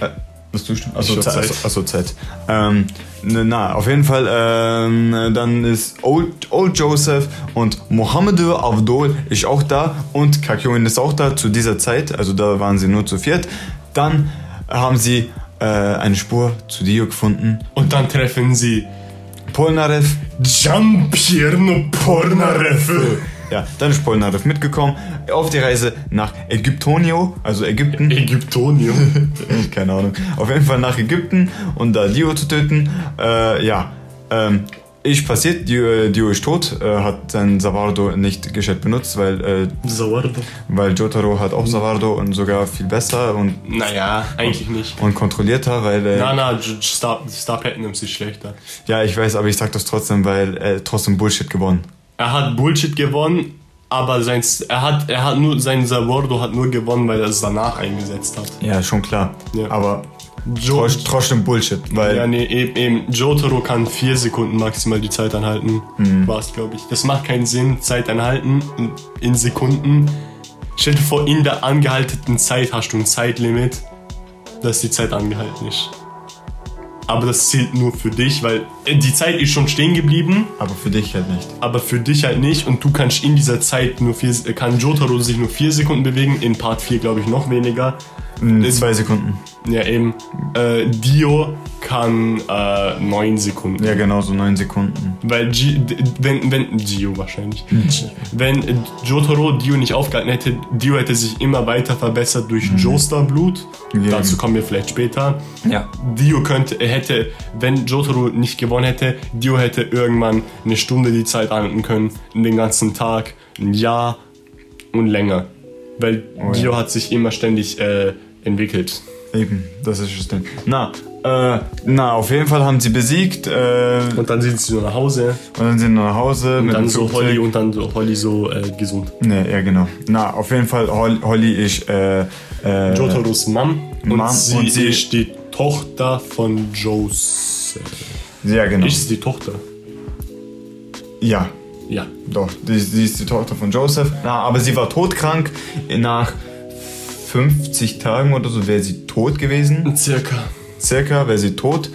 S2: Äh, was du also,
S1: Ich hab
S2: Zeit.
S1: Zeit.
S2: Also, also Zeit. Ähm, ne, na, auf jeden Fall, ähm, dann ist Old, Old Joseph und Mohamedou Avdol ist auch da und Kakyoin ist auch da zu dieser Zeit, also da waren sie nur zu viert. Dann haben sie äh, eine Spur zu Dio gefunden.
S1: Und dann treffen sie
S2: Polnareff,
S1: Gianpierno Pornareff.
S2: ja, dann ist Polnareff mitgekommen auf die Reise nach Ägyptonio, also Ägypten.
S1: Ägyptonium.
S2: Keine Ahnung. Auf jeden Fall nach Ägypten und da Dio zu töten. Äh, ja, ähm, ist passiert. Dio, Dio ist tot. Äh, hat sein Savardo nicht gescheit benutzt, weil, äh,
S1: Sawardo.
S2: weil Jotaro hat auch Savardo und sogar viel besser und,
S1: Naja, eigentlich nicht.
S2: und kontrollierter, weil. Äh,
S1: Na, na, J- Star, Star Platinum ist schlechter.
S2: ja, ich weiß, aber ich sag das trotzdem, weil äh, trotzdem Bullshit gewonnen.
S1: Er hat Bullshit gewonnen, aber sein, er hat, er hat nur, sein Sawardo hat nur gewonnen, weil er es danach eingesetzt hat.
S2: Ja, schon klar.
S1: Ja.
S2: Aber
S1: Jo-
S2: tros- trotzdem Bullshit, weil.
S1: Ja, nee, eben, eben. Jotaro kann vier Sekunden maximal die Zeit anhalten. War's, glaube ich. Das macht keinen Sinn, Zeit anhalten in Sekunden. Stell dir vor, in der angehaltenen Zeit hast du ein Zeitlimit, dass die Zeit angehalten ist. Aber das zählt nur für dich, weil äh, die Zeit ist schon stehen geblieben,
S2: Aber für dich halt nicht.
S1: aber für dich halt nicht. Und du kannst in dieser Zeit nur vier, äh, kann Jotaro sich nur vier Sekunden bewegen, in Part 4 glaube ich noch weniger.
S2: In zwei Sekunden.
S1: Ja, eben. Äh, Dio kann äh, 9 Sekunden.
S2: Ja, genau, so neun Sekunden.
S1: Weil G d- wenn, wenn Dio wahrscheinlich.
S2: Hm.
S1: Wenn äh, Jotaro Dio nicht aufgehalten hätte, Dio hätte sich immer weiter verbessert durch Joestar Blut.
S2: Hm. Ja.
S1: Dazu kommen wir vielleicht später.
S2: Ja.
S1: Dio könnte, hätte, wenn Jotaro nicht gewonnen hätte, Dio hätte irgendwann eine Stunde die Zeit anhalten können, den ganzen Tag, ein Jahr und länger.
S2: Oh
S1: Weil Dio hat sich immer ständig äh, entwickelt.
S2: Eben, das ist es denn. Na, Äh, na, auf jeden Fall haben sie besiegt. Äh, und
S1: Und dann sind sie so nach Hause.
S2: dann sind wir nach Hause.
S1: Und
S2: mit
S1: dann
S2: dem
S1: so
S2: Flugzeug.
S1: Holly und dann so Holly so äh, gesund.
S2: Ne, ja, genau. Na, auf jeden Fall, Hol- Holly ist. Äh, äh,
S1: Jotaros Mom. Und,
S2: Mom
S1: sie
S2: und sie-
S1: ist die Tochter von Joseph.
S2: Ja, genau.
S1: Ist sie die Tochter?
S2: ja,
S1: Ja.
S2: doch. Sie, sie ist die Tochter von Joseph. Na, aber sie war todkrank. Nach 50 Tagen oder so wäre sie tot gewesen.
S1: Circa.
S2: circa wäre sie tot.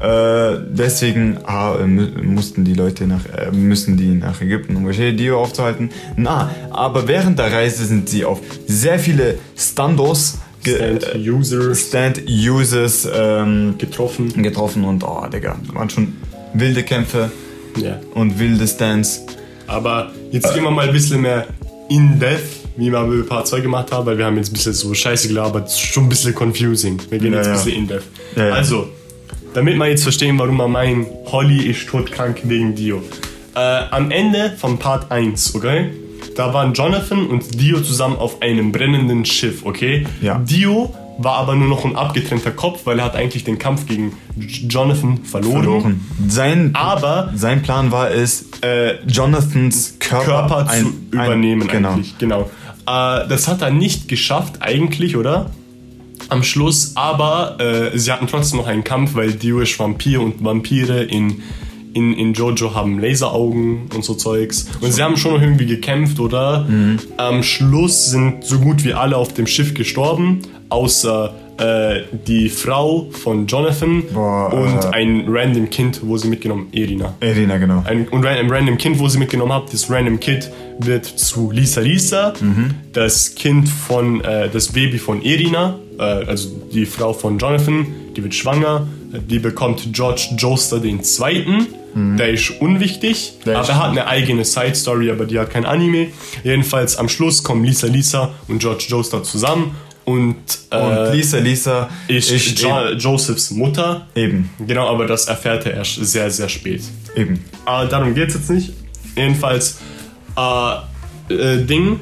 S2: Äh, deswegen ah, äh, mü- mussten die Leute nach, äh, müssen die nach Ägypten, um Moschee Dio aufzuhalten. Na, aber während der Reise sind sie auf sehr viele Standos, ge-
S1: Stand
S2: äh,
S1: Users
S2: Stand-Users ähm,
S1: getroffen.
S2: getroffen und oh, Digga, waren schon wilde Kämpfe
S1: Ja.
S2: und wilde Stands.
S1: Mhm. Aber jetzt gehen wir mal ein bisschen mehr in depth, wie wir bei Part 2 gemacht haben, weil wir haben jetzt ein bisschen so scheiße gelabert, ist schon ein bisschen confusing. Wir gehen
S2: Ja,
S1: jetzt ein
S2: ja.
S1: bisschen in depth.
S2: Ja, ja.
S1: Also, damit wir jetzt verstehen, warum wir meinen, Holly ist todkrank wegen Dio. Äh, am Ende von Part 1, okay? Da waren Jonathan und Dio zusammen auf einem brennenden Schiff, okay?
S2: Ja.
S1: Dio war aber nur noch ein abgetrennter Kopf, weil er hat eigentlich den Kampf gegen J- Jonathan verloren.
S2: Verloren. Sein,
S1: Aber
S2: sein Plan war es, äh, Jonathans Körper,
S1: Körper zu
S2: ein- ein-
S1: übernehmen
S2: genau.
S1: eigentlich. Genau. Äh, das hat er nicht geschafft eigentlich, oder? Am Schluss, aber äh, sie hatten trotzdem noch einen Kampf, weil Dio ist Vampir und Vampire in, in, in Jojo haben Laseraugen und so Zeugs. Und sie haben schon noch irgendwie gekämpft, oder?
S2: Mhm.
S1: Am Schluss sind so gut wie alle auf dem Schiff gestorben, außer äh, die Frau von Jonathan
S2: Boah,
S1: und
S2: äh.
S1: ein random Kind, wo sie mitgenommen, Irina
S2: Irina, genau.
S1: ein, und ran- ein random Kind, wo sie mitgenommen habt. Das random Kind wird zu Lisa Lisa,
S2: Mhm.
S1: das Kind von, äh, das Baby von Irina, äh, also die Frau von Jonathan, die wird schwanger. Die bekommt George Joester den Zweiten. Der ist unwichtig,
S2: Mhm. Der
S1: aber
S2: ist-
S1: er hat eine eigene Side-Story, aber die hat kein Anime. Jedenfalls am Schluss kommen Lisa Lisa und George Joester zusammen und, äh,
S2: Und Lisa, Lisa
S1: ist,
S2: ist
S1: jo Josephs Mutter.
S2: Eben.
S1: Genau, aber das erfährt er erst sehr, sehr spät.
S2: Eben.
S1: Aber Ah, darum geht's jetzt nicht. Jedenfalls, äh, äh, Ding.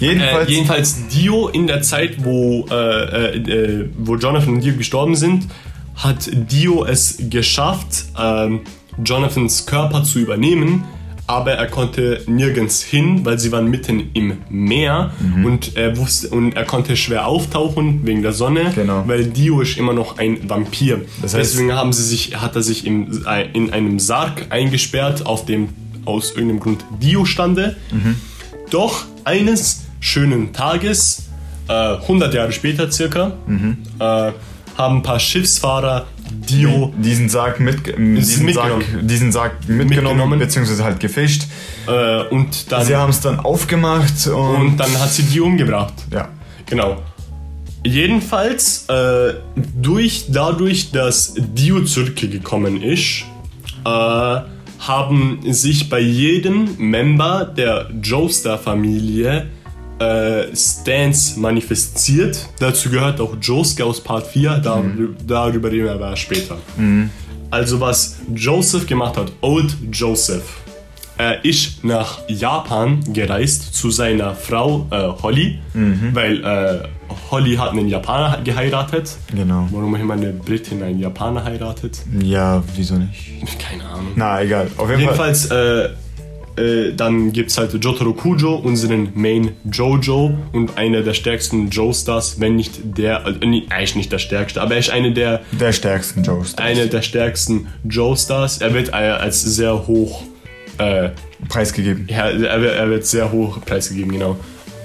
S1: Äh,
S2: Jedenfalls,
S1: jedenfalls Dio in der Zeit, wo, äh, äh, äh, wo Jonathan und Dio gestorben sind, hat Dio es geschafft, ähm, Jonathans Körper zu übernehmen, aber er konnte nirgends hin, weil sie waren mitten im Meer
S2: Mhm.
S1: und, er wusste, und er konnte schwer auftauchen wegen der Sonne,
S2: Genau.
S1: weil Dio ist immer noch ein Vampir.
S2: Das heißt-
S1: Deswegen haben sie sich, hat er sich im, äh, in einem Sarg eingesperrt, auf dem aus irgendeinem Grund Dio stande.
S2: Mhm.
S1: Doch eines schönen Tages, äh, 100 Jahre später circa, äh, haben ein paar Schiffsfahrer Dio
S2: diesen Sarg, mit, ähm, diesen Sarg,
S1: mitgenommen.
S2: diesen Sarg mitgenommen,
S1: Mitgenommen.
S2: beziehungsweise halt gefischt.
S1: äh, und, dann,
S2: Sie haben es dann aufgemacht und,
S1: und dann hat sie Dio umgebracht.
S2: ja.
S1: Genau. Jedenfalls, äh, durch, dadurch, dass Dio zurückgekommen ist, äh, haben sich bei jedem Member der Joestar-Familie äh, Stans manifestiert. Dazu gehört auch Joestar aus Part 4, dar darüber reden wir aber später. Also was Joseph gemacht hat, Old Joseph. Er ist nach Japan gereist zu seiner Frau äh, Holly, weil äh, Holly hat einen Japaner geheiratet.
S2: Genau.
S1: Warum immer eine Britin einen Japaner heiratet?
S2: Ja, wieso nicht?
S1: Keine Ahnung.
S2: Na, egal. Auf jeden Fall.
S1: Jedenfalls, äh, äh, dann gibt es halt Jotaro Kujo, unseren Main Jojo und einer der stärksten Joestars, wenn nicht der, äh, nee, eigentlich nicht der stärkste, aber er ist eine der
S2: Der stärksten Joes.
S1: einer der stärksten Joe-Stars. Er wird äh, als sehr hoch, äh,
S2: Preisgegeben.
S1: ja, er, wird- er wird sehr hoch preisgegeben, genau.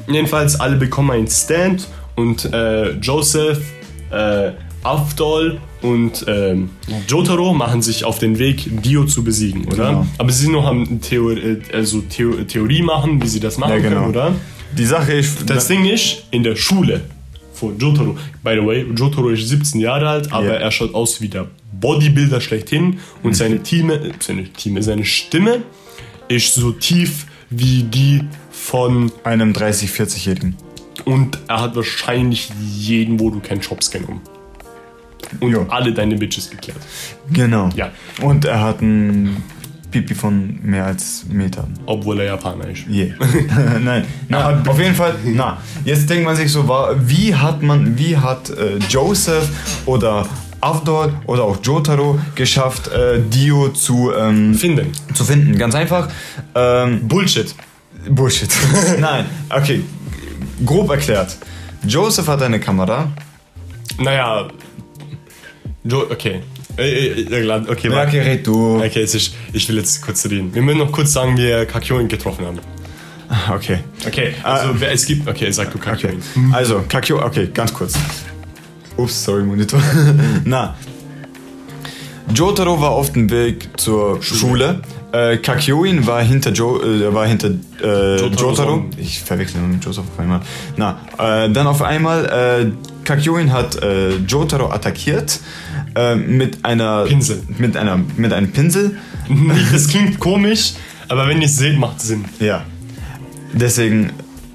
S1: Jedenfalls, alle bekommen einen Stand und äh, Joseph, äh, Afdol und ähm, Jotaro machen sich auf den Weg, Dio zu besiegen, oder?
S2: Genau.
S1: Aber sie sind noch am Theor äh, also Theo Theorie machen, wie sie das machen
S2: Ja, genau.
S1: können, oder?
S2: Die Sache ist.
S1: Das Ding ist, in der Schule von Jotaro. By the way, Jotaro ist 17 Jahre alt, aber
S2: Ja. Mhm.
S1: er schaut aus wie der Bodybuilder schlechthin und seine Time, äh, seine Time, seine Stimme ist so tief wie die von
S2: einem 30-, 40-Jährigen.
S1: und er hat wahrscheinlich jeden, wo du keinen Jobs genommen. Und
S2: Jo.
S1: um alle deine Bitches geklärt.
S2: Genau.
S1: Ja.
S2: Und er hat ein Pipi von mehr als Metern.
S1: Obwohl er Japaner ist.
S2: Yeah. Nein. Na, auf jeden Fall. Na, jetzt denkt man sich so, wa- wie hat man, wie hat äh, Joseph oder Avdol oder auch Jotaro geschafft, äh, Dio zu, ähm,
S1: Finden.
S2: zu finden. Ganz einfach. Ähm,
S1: Bullshit.
S2: Bullshit. Nein, okay. Grob erklärt. Joseph hat eine Kamera.
S1: Naja. Jo okay. Äh, äh, äh, Irland, Okay,
S2: Ja,
S1: warte.
S2: okay, red du.
S1: Okay, es ist, ich will jetzt kurz reden. Wir müssen noch kurz sagen, wie wir Kakyoin getroffen haben.
S2: Okay.
S1: Okay, also wer- es gibt. Okay, sag du Kakyoin.
S2: Äh, Okay. Also, Kakio, okay, ganz kurz. Ups, sorry, Monitor. Na. Jotaro war auf dem Weg zur Schule. Äh, Kakyoin war hinter, jo äh, war hinter äh,
S1: Jotaro.
S2: Jotaro. Ich verwechsel ihn mit Joseph auf einmal. Na, äh, dann auf einmal, äh, Kakyoin hat äh, Jotaro attackiert äh, mit einer
S1: Pinsel.
S2: Mit, einer, mit einem Pinsel.
S1: Das klingt komisch, aber wenn ihr es seht, macht Sinn.
S2: Ja. Deswegen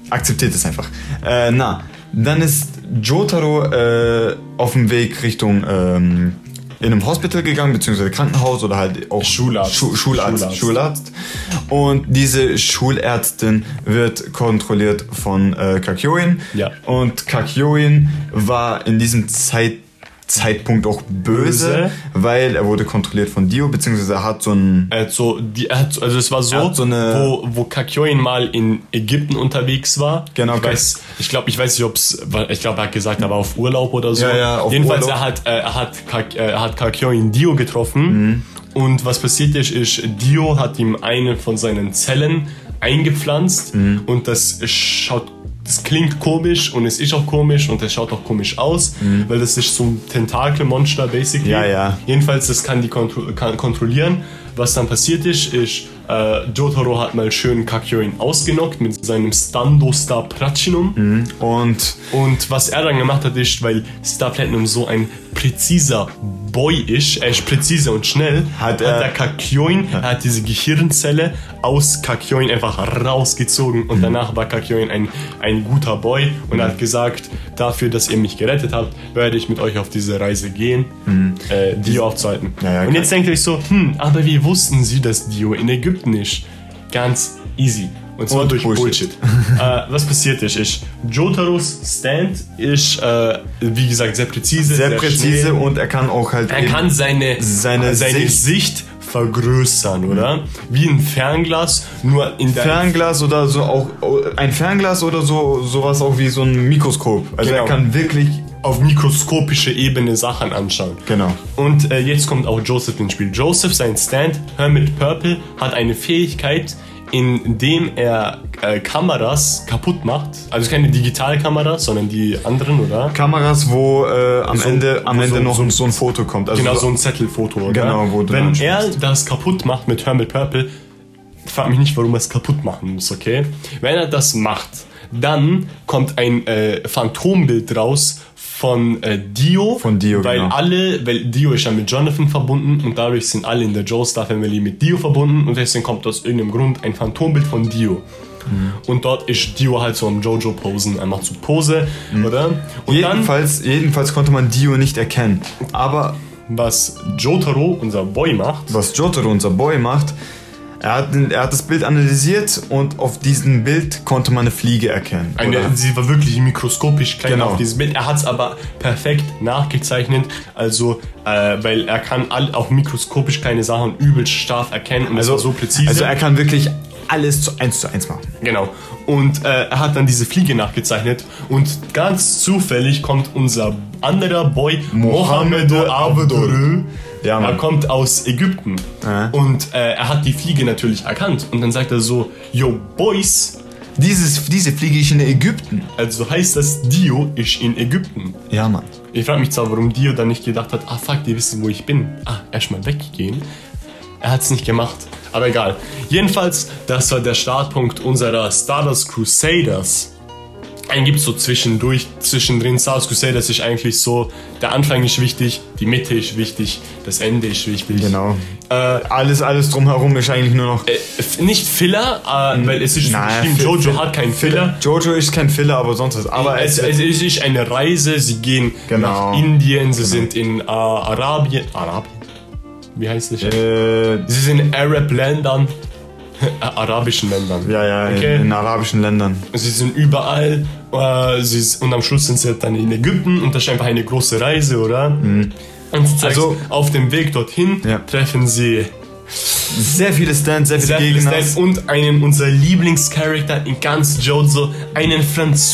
S2: akzeptiert es einfach. Äh, na, dann ist Jotaro äh, auf dem Weg Richtung ähm, in einem Hospital gegangen, beziehungsweise Krankenhaus oder halt auch
S1: Schularzt.
S2: Schu Schularzt,
S1: Schularzt.
S2: Schularzt. Und diese Schulärztin wird kontrolliert von äh, Kakyoin.
S1: Ja.
S2: Und Kakyoin war in diesem Zeit Zeitpunkt auch böse,
S1: Böse.
S2: weil er wurde kontrolliert von Dio, beziehungsweise er hat so einen
S1: Er hat so, die, er hat, also es war so,
S2: hat so eine-
S1: wo, wo Kakyoin mal in Ägypten unterwegs war.
S2: Genau,
S1: Ich weiß, ich glaube, ich weiß nicht, ob es, ich glaube, er hat gesagt, er war auf Urlaub oder so.
S2: Ja, ja, auf
S1: Jedenfalls,
S2: Urlaub.
S1: er hat, äh, er hat, Kak, äh, er hat Kakyoin Dio
S2: Mhm.
S1: getroffen. Und was passiert ist, ist, Dio hat ihm eine von seinen Zellen eingepflanzt.
S2: Mhm.
S1: Und das schaut, das klingt komisch und es ist auch komisch und es schaut auch komisch aus, weil das ist so ein Tentakelmonster, basically.
S2: Mhm. Ja, ja.
S1: Jedenfalls, das kann die kontro kann kontrollieren. Was dann passiert ist, ist, äh, Jotaro hat mal schön Kakyoin ausgenockt mit seinem Stando Star Platinum.
S2: Mhm. und
S1: Und was er dann gemacht hat, ist, weil Star Platinum so ein präziser Boy ist, er ist präzise und schnell,
S2: Hat
S1: er
S2: er-
S1: der Kakyoin, er hat diese Gehirnzelle aus Kakyoin einfach rausgezogen
S2: Mhm.
S1: und danach war Kakyoin ein, ein guter Boy und hat gesagt, dafür, dass ihr mich gerettet habt, werde ich mit euch auf diese Reise gehen, äh, Dio aufzuhalten.
S2: Mhm. Ja, ja,
S1: und jetzt denkt ihr euch so, hm, aber wie wussten sie, dass Dio in Ägypten ist? Ganz easy. Und zwar
S2: Und
S1: durch
S2: Bullshit.
S1: Bullshit. äh, was passiert ist, ist, Jotaros Stand ist, äh, wie gesagt, sehr präzise.
S2: sehr, präzise
S1: schnell.
S2: und er kann auch halt
S1: Er
S2: eben-
S1: kann seine,
S2: Seine
S1: Sicht.
S2: Sicht-
S1: vergrößern, oder? Wie ein Fernglas, nur in der
S2: Fernglas oder so auch ein Fernglas oder so sowas auch wie so ein Mikroskop. Also
S1: Genau.
S2: er kann wirklich
S1: auf mikroskopische Ebene Sachen anschauen.
S2: Genau.
S1: Und äh, jetzt kommt auch Joseph ins Spiel. Joseph, sein Stand, Hermit Purple, hat eine Fähigkeit, indem er äh, Kameras kaputt macht. Also keine Digitalkameras, sondern die anderen, oder?
S2: Kameras, wo äh, am
S1: So-
S2: Ende am
S1: wo
S2: Ende
S1: so-
S2: noch so, ein Foto kommt. Also
S1: Genau, so ein Zettelfoto, oder?
S2: Genau, wo du
S1: Wenn
S2: dann
S1: er das kaputt macht mit Hermit Purple, frag mich nicht, warum er es kaputt machen muss, okay? Wenn er das macht, dann kommt ein äh, Phantombild raus von äh, Dio.
S2: Von Dio,
S1: Weil
S2: genau.
S1: alle, weil Dio ist ja mit Jonathan verbunden und dadurch sind alle in der Joestar Family mit Dio verbunden und deswegen kommt aus irgendeinem Grund ein Phantombild von Dio.
S2: Mhm.
S1: Und dort ist Dio halt so am Jojo-Posen, er macht so Pose,
S2: Mhm.
S1: oder? Und
S2: jedenfalls jedenfalls konnte man Dio nicht erkennen. Aber
S1: was Jotaro, unser Boy, macht.
S2: was Jotaro, unser Boy, macht, er hat, er hat das Bild analysiert und auf diesem Bild konnte man eine Fliege erkennen.
S1: Eine,
S2: Oder-
S1: sie war wirklich mikroskopisch klein
S2: Genau.
S1: auf diesem Bild. Er hat es aber perfekt nachgezeichnet, also äh, weil er kann all, auch mikroskopisch kleine Sachen übelst scharf erkennen und also, so präzise.
S2: Also er kann wirklich alles zu eins zu eins machen.
S1: Genau. Und äh, er hat dann diese Fliege nachgezeichnet und ganz zufällig kommt unser anderer Boy Mohamed
S2: Mohamed
S1: Abdul.
S2: Ja, Mann.
S1: er kommt aus Ägypten
S2: Ja.
S1: und äh, er hat die Fliege natürlich erkannt und dann sagt er so, yo Boys,
S2: Dieses, diese Fliege ist in Ägypten.
S1: also heißt das Dio ist in Ägypten.
S2: Ja, Mann.
S1: Ich frage mich zwar, warum Dio dann nicht gedacht hat, ah fuck, die wissen, wo ich bin. Ah, erstmal weggehen. Er hat's nicht gemacht. Aber egal. Jedenfalls, das war der Startpunkt unserer Stardust Crusaders. Dann gibt's so zwischendurch, zwischendrin Stardust Crusaders ist eigentlich so, der Anfang ist wichtig, die Mitte ist wichtig, das Ende ist wichtig.
S2: Genau.
S1: Äh,
S2: Alles, alles drumherum ist eigentlich nur noch.
S1: äh, f- nicht Filler,
S2: Hm.
S1: äh, weil es ist
S2: Nein,
S1: geschrieben,
S2: Fill-
S1: Jojo
S2: Fill-
S1: hat keinen Filler.
S2: Jojo ist kein Filler, aber sonst was. Aber
S1: Äh, Es,
S2: es,
S1: es, es ist eine Reise, sie gehen
S2: Genau.
S1: nach Indien, sie sind in äh, Arabien. Arabien? Wie heißt das?
S2: äh,
S1: Sie sind in Arab-Ländern. Äh, arabischen Ländern.
S2: ja, ja,
S1: Okay.
S2: in, in arabischen Ländern.
S1: Sie sind überall halt äh, sie, s- und am Schluss sind sie dann in Ägypten und das ist einfach eine große Reise, oder? Und zeigt,
S2: Mhm. Also-
S1: auf dem Weg dorthin
S2: Ja.
S1: treffen sie
S2: Sehr viele Stands, sehr viele
S1: Sehr viele
S2: Gegner.
S1: Stars und einen unser Lieblingscharakter in ganz Jojo, einen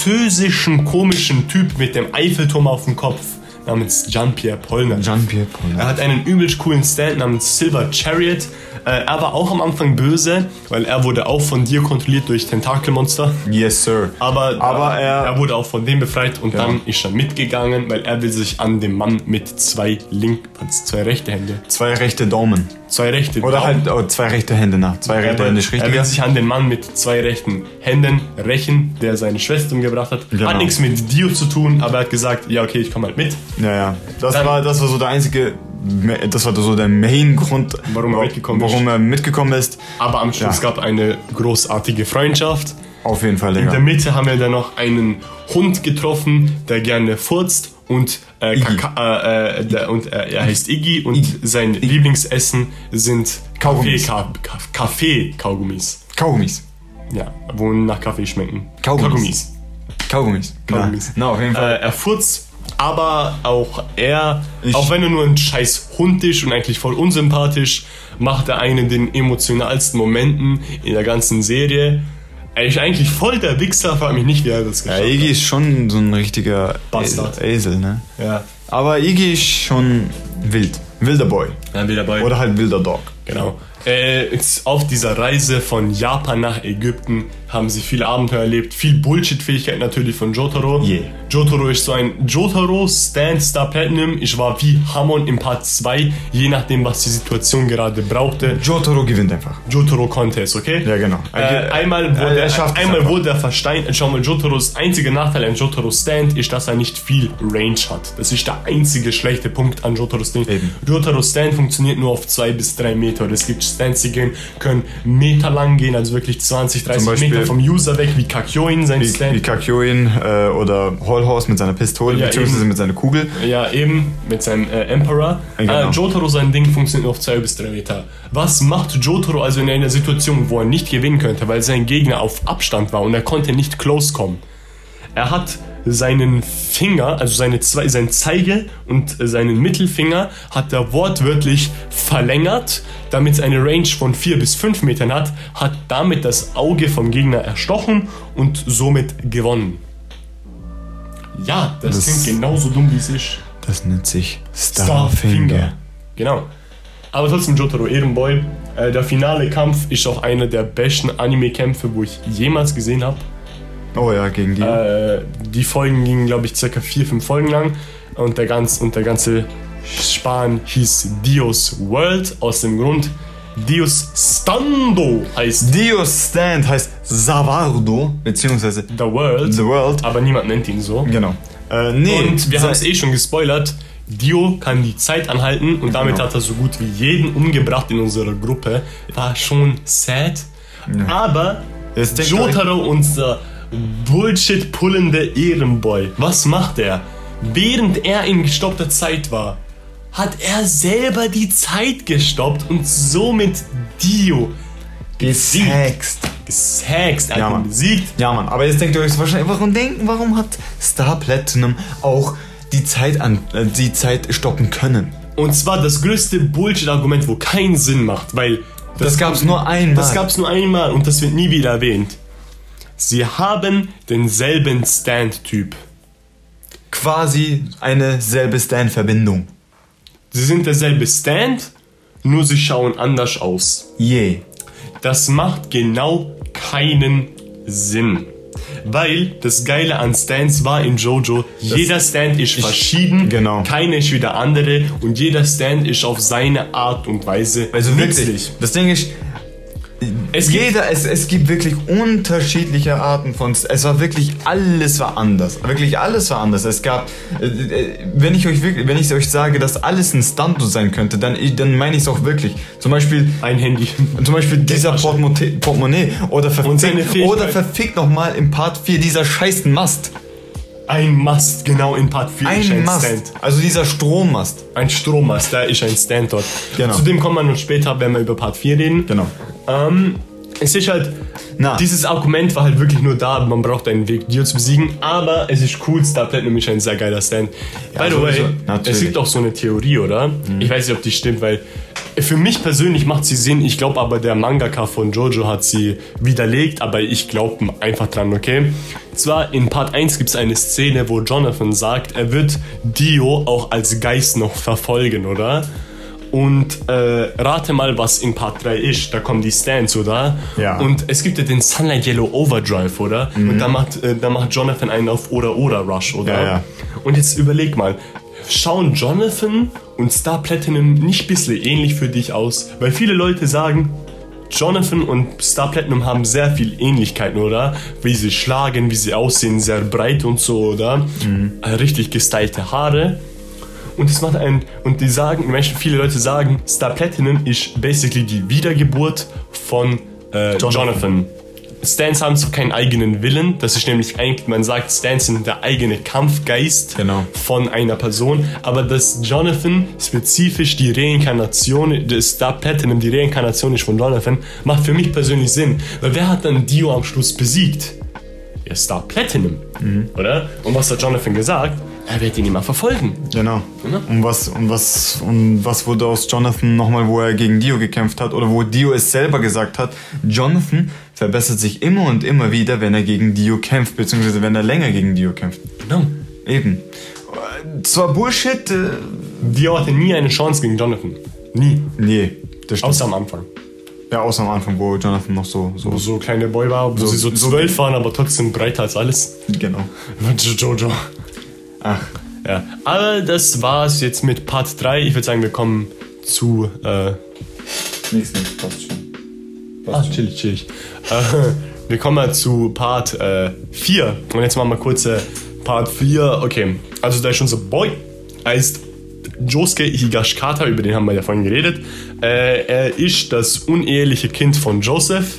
S1: französischen komischen Typ mit dem Eiffelturm auf dem Kopf namens Jean-Pierre Polner.
S2: Jean-Pierre Paul.
S1: Er hat einen übelst coolen Stand namens Silver Chariot. Äh, er war auch am Anfang böse, weil er wurde auch von dir kontrolliert durch Tentakelmonster.
S2: Yes, sir.
S1: Aber,
S2: Aber
S1: äh,
S2: er-
S1: wurde auch von dem befreit und
S2: Ja.
S1: dann ist er mitgegangen, weil er will sich an dem Mann mit zwei link, was, zwei rechte Hände,
S2: Zwei rechte Daumen.
S1: zwei rechte
S2: Oder
S1: Daumen-
S2: halt oh, zwei rechte Hände nach. Zwei
S1: er
S2: rechte
S1: will,
S2: Hände ist
S1: er will
S2: richtiger.
S1: sich an den Mann mit zwei rechten Händen rächen, der seine Schwester umgebracht hat.
S2: Genau.
S1: Hat nichts mit Dio zu tun, aber er hat gesagt, ja okay, ich komme halt mit.
S2: Ja, ja. Das
S1: Dann-
S2: war, das war so der einzige, das war so der Main-Grund,
S1: Warum er mitgekommen ist.
S2: warum er mitgekommen ist.
S1: Aber am Schluss
S2: Ja.
S1: gab eine großartige Freundschaft.
S2: Auf jeden Fall,
S1: In der
S2: Digga.
S1: Mitte haben wir dann noch einen Hund getroffen, der gerne furzt und, äh,
S2: Iggy.
S1: Kaka, äh, äh, der, und äh, er heißt Iggy und sein Lieblingsessen sind
S2: Kaugummis.
S1: Kaffee- Ka- Ka- Kaffee-Kaugummis.
S2: Kaugummis.
S1: Ja, wo nach Kaffee schmecken.
S2: Kaugummis. Kaugummis.
S1: Kaugummis.
S2: Na, na, auf jeden Fall.
S1: Äh, er furzt, aber auch er,
S2: Ich-
S1: auch wenn er nur ein scheiß Hund ist und eigentlich voll unsympathisch, macht er einen den emotionalsten Momenten in der ganzen Serie. Er ist eigentlich voll der Wichser, frag mich nicht, wie er das
S2: Ja,
S1: geschafft
S2: Iggy ist schon so ein richtiger
S1: Bastard.
S2: Esel, Esel, ne?
S1: hat. Ja,
S2: Aber Iggy ist schon wild. Wilder Boy.
S1: dann wieder bei.
S2: Oder halt wilder Dog.
S1: Genau. Äh, jetzt auf dieser Reise von Japan nach Ägypten haben sie viele Abenteuer erlebt, viel Bullshit-Fähigkeit natürlich von Jotaro.
S2: Yeah.
S1: Jotaro ist so ein Jotaro Stand Star Platinum. Ich war wie Hamon in Part 2, je nachdem, was die Situation gerade brauchte.
S2: Jotaro gewinnt einfach.
S1: Jotaro Contest, okay?
S2: Ja, genau.
S1: Äh,
S2: Er-
S1: einmal
S2: er-
S1: wurde,
S2: er schafft's
S1: einmal
S2: einfach.
S1: wurde er versteinert. Schau mal, Jotaros einziger Nachteil an Jotaro Stand ist, dass er nicht viel Range hat. Das ist der einzige schlechte Punkt an Jotaros Ding.
S2: Eben.
S1: Jotaro Stand funktioniert nur auf zwei bis drei Meter. Es gibt Stands, die gehen, können Meter lang gehen, also wirklich 20, 30
S2: Beispiel-
S1: Meter vom User weg, wie Kakyoin sein
S2: Wie,
S1: Stand.
S2: wie Kakyoin äh, oder Hallhaus mit seiner Pistole,
S1: Ja,
S2: beziehungsweise
S1: eben.
S2: mit seiner Kugel.
S1: Ja, eben, mit seinem äh, Emperor.
S2: Ja, genau.
S1: Äh, Jotaro, sein Ding funktioniert nur auf 2 bis 3 Meter. Was macht Jotaro also in einer Situation, wo er nicht gewinnen könnte, weil sein Gegner auf Abstand war und er konnte nicht close kommen? Er hat seinen Finger, also seine zwei, seinen Zeige und äh, seinen Mittelfinger, hat er wortwörtlich verlängert, damit es eine Range von 4 bis 5 Metern hat, hat damit das Auge vom Gegner erstochen und somit gewonnen. Ja, das,
S2: Das-
S1: klingt genauso dumm, wie es ist.
S2: Das nennt sich Starfinger.
S1: Starfinger. Genau. Aber trotzdem Jotaro Ehrenboy. Äh, der finale Kampf ist auch einer der besten Anime-Kämpfe, wo ich jemals gesehen habe.
S2: Oh ja, gegen die.
S1: Äh, die Folgen gingen, glaube ich, circa vier, fünf Folgen lang. Und der, ganz, und der ganze Span hieß Dios World aus dem Grund, Dios Stando heißt
S2: Dio Stand heißt Savardo, beziehungsweise
S1: The World,
S2: The World.
S1: aber niemand nennt ihn so.
S2: Genau. Äh, nee,
S1: Ah. Und wir
S2: se-
S1: haben es eh schon gespoilert. Dio kann die Zeit anhalten und damit
S2: Genau.
S1: hat er so gut wie jeden umgebracht in unserer Gruppe. War schon sad. Aber
S2: Jetzt denkt
S1: Jotaro, unser Bullshit-pullende Ehrenboy, was macht er? Während er in gestoppter Zeit war, hat er selber die Zeit gestoppt und somit Dio besiegt.
S2: Text.
S1: Gesaxt, er
S2: Ja,
S1: hat ihn
S2: Mann.
S1: besiegt.
S2: Ja, Mann, aber jetzt denkt ihr euch so wahrscheinlich, warum denken, warum hat Star Platinum auch die Zeit an äh, die Zeit stoppen können?
S1: Und zwar das größte Bullshit-Argument, wo keinen Sinn macht, weil
S2: Das, gab's nur einmal.
S1: das gab's nur einmal und das wird nie wieder erwähnt. Sie haben denselben Stand-Typ.
S2: quasi eine selbe Stan-Verbindung.
S1: Sie sind derselbe Stand, nur sie schauen anders aus.
S2: Je.
S1: Das macht genau keinen Sinn. Weil das Geile an Stands war in Jojo, jeder Stand ist verschieden,
S2: genau.
S1: keine ist wie der andere und jeder Stand ist auf seine Art und Weise
S2: Also wirklich.
S1: nützlich.
S2: Das Ding ist,
S1: Es gibt
S2: jeder, es, es gibt wirklich unterschiedliche Arten von. Es war wirklich alles war anders. Wirklich alles war anders. Es gab, äh, äh, wenn ich euch wirklich, wenn ich euch sage, dass alles ein Standort sein könnte, dann, dann meine ich es auch wirklich. Zum Beispiel
S1: ein Handy.
S2: Zum Beispiel dieser
S1: Tasche.
S2: Portemonnaie, Portemonnaie oder
S1: seine
S2: verfickt,
S1: Fähigkeit.
S2: oder verfickt nochmal im Part 4 dieser scheiß Mast.
S1: Ein Mast, genau in Part 4 ist
S2: Ein
S1: ein
S2: Mast.
S1: Stand.
S2: Also dieser Strommast.
S1: Ein Strommast, da ist ein Stand dort.
S2: Genau.
S1: Zu dem kommen wir noch später, wenn wir über Part 4 reden.
S2: Genau.
S1: Ähm, Es ist halt,
S2: Na.
S1: dieses Argument war halt wirklich nur da, man braucht einen Weg, Dio zu besiegen, aber es ist cool, Starplat nämlich ein sehr geiler Stand. By the way,
S2: sowieso. Natürlich.
S1: es gibt auch so eine Theorie, oder? Ich weiß nicht, ob die stimmt, weil für mich persönlich macht sie Sinn, ich glaube aber der Mangaka von Jojo hat sie widerlegt, aber ich glaube einfach dran, okay? Zwar in Part 1 gibt es eine Szene, wo Jonathan sagt, er wird Dio auch als Geist noch verfolgen, oder? Und äh, rate mal, was in Part 3 ist. Da kommen die Stands, oder?
S2: Ja.
S1: Und es gibt ja den Sunlight Yellow Overdrive, oder? Und da macht, äh, da macht Jonathan einen auf Oder-Oder-Rush, oder?
S2: Ja, ja.
S1: Und jetzt überleg mal, schauen Jonathan und Star Platinum nicht bisschen ähnlich für dich aus? Weil viele Leute sagen, Jonathan und Star Platinum haben sehr viel Ähnlichkeiten, oder? Wie sie schlagen, wie sie aussehen, sehr breit und so, oder?
S2: Mhm.
S1: Äh, Richtig gestylte Haare. Und es macht einen. Und die sagen, die Menschen, viele Leute sagen, Star Platinum ist basically die Wiedergeburt von äh, Jonathan. Stans haben so keinen eigenen Willen. Das ist nämlich eigentlich, man sagt, Stans sind der eigene Kampfgeist
S2: Genau.
S1: von einer Person. Aber dass Jonathan spezifisch die Reinkarnation, das Star Platinum die Reinkarnation ist von Jonathan, macht für mich persönlich Sinn. Weil wer hat dann Dio am Schluss besiegt? Ja, Star Platinum, oder? Und was hat Jonathan gesagt? Er wird ihn immer verfolgen.
S2: Genau. Und was, und was, und was wurde aus Jonathan nochmal, wo er gegen Dio gekämpft hat oder wo Dio es selber gesagt hat? Jonathan verbessert sich immer und immer wieder, wenn er gegen Dio kämpft, beziehungsweise wenn er länger gegen Dio kämpft.
S1: Genau.
S2: Eben. Äh, Zwar Bullshit, äh,
S1: Dio hatte nie eine Chance gegen Jonathan. Nie.
S2: nee, das stimmt.
S1: Außer am Anfang.
S2: ja, außer am Anfang, wo Jonathan noch so, so,
S1: Wo so kleine Boy war, wo sie so
S2: so-
S1: zwölf waren, aber trotzdem breiter als alles.
S2: genau.
S1: Jojo.
S2: Ach,
S1: Ja. Aber das war's jetzt mit Part 3. Ich würde sagen, wir kommen zu. Äh,
S2: nichts, nichts, passt schon.
S1: ah, chillig, chillig. Äh, wir kommen mal zu Part äh, 4. Und jetzt machen wir kurz äh, Part 4. Okay. Also da ist unser Boy. Er ist Josuke Higashikata, über den haben wir ja vorhin geredet. Äh, er ist das uneheliche Kind von Joseph.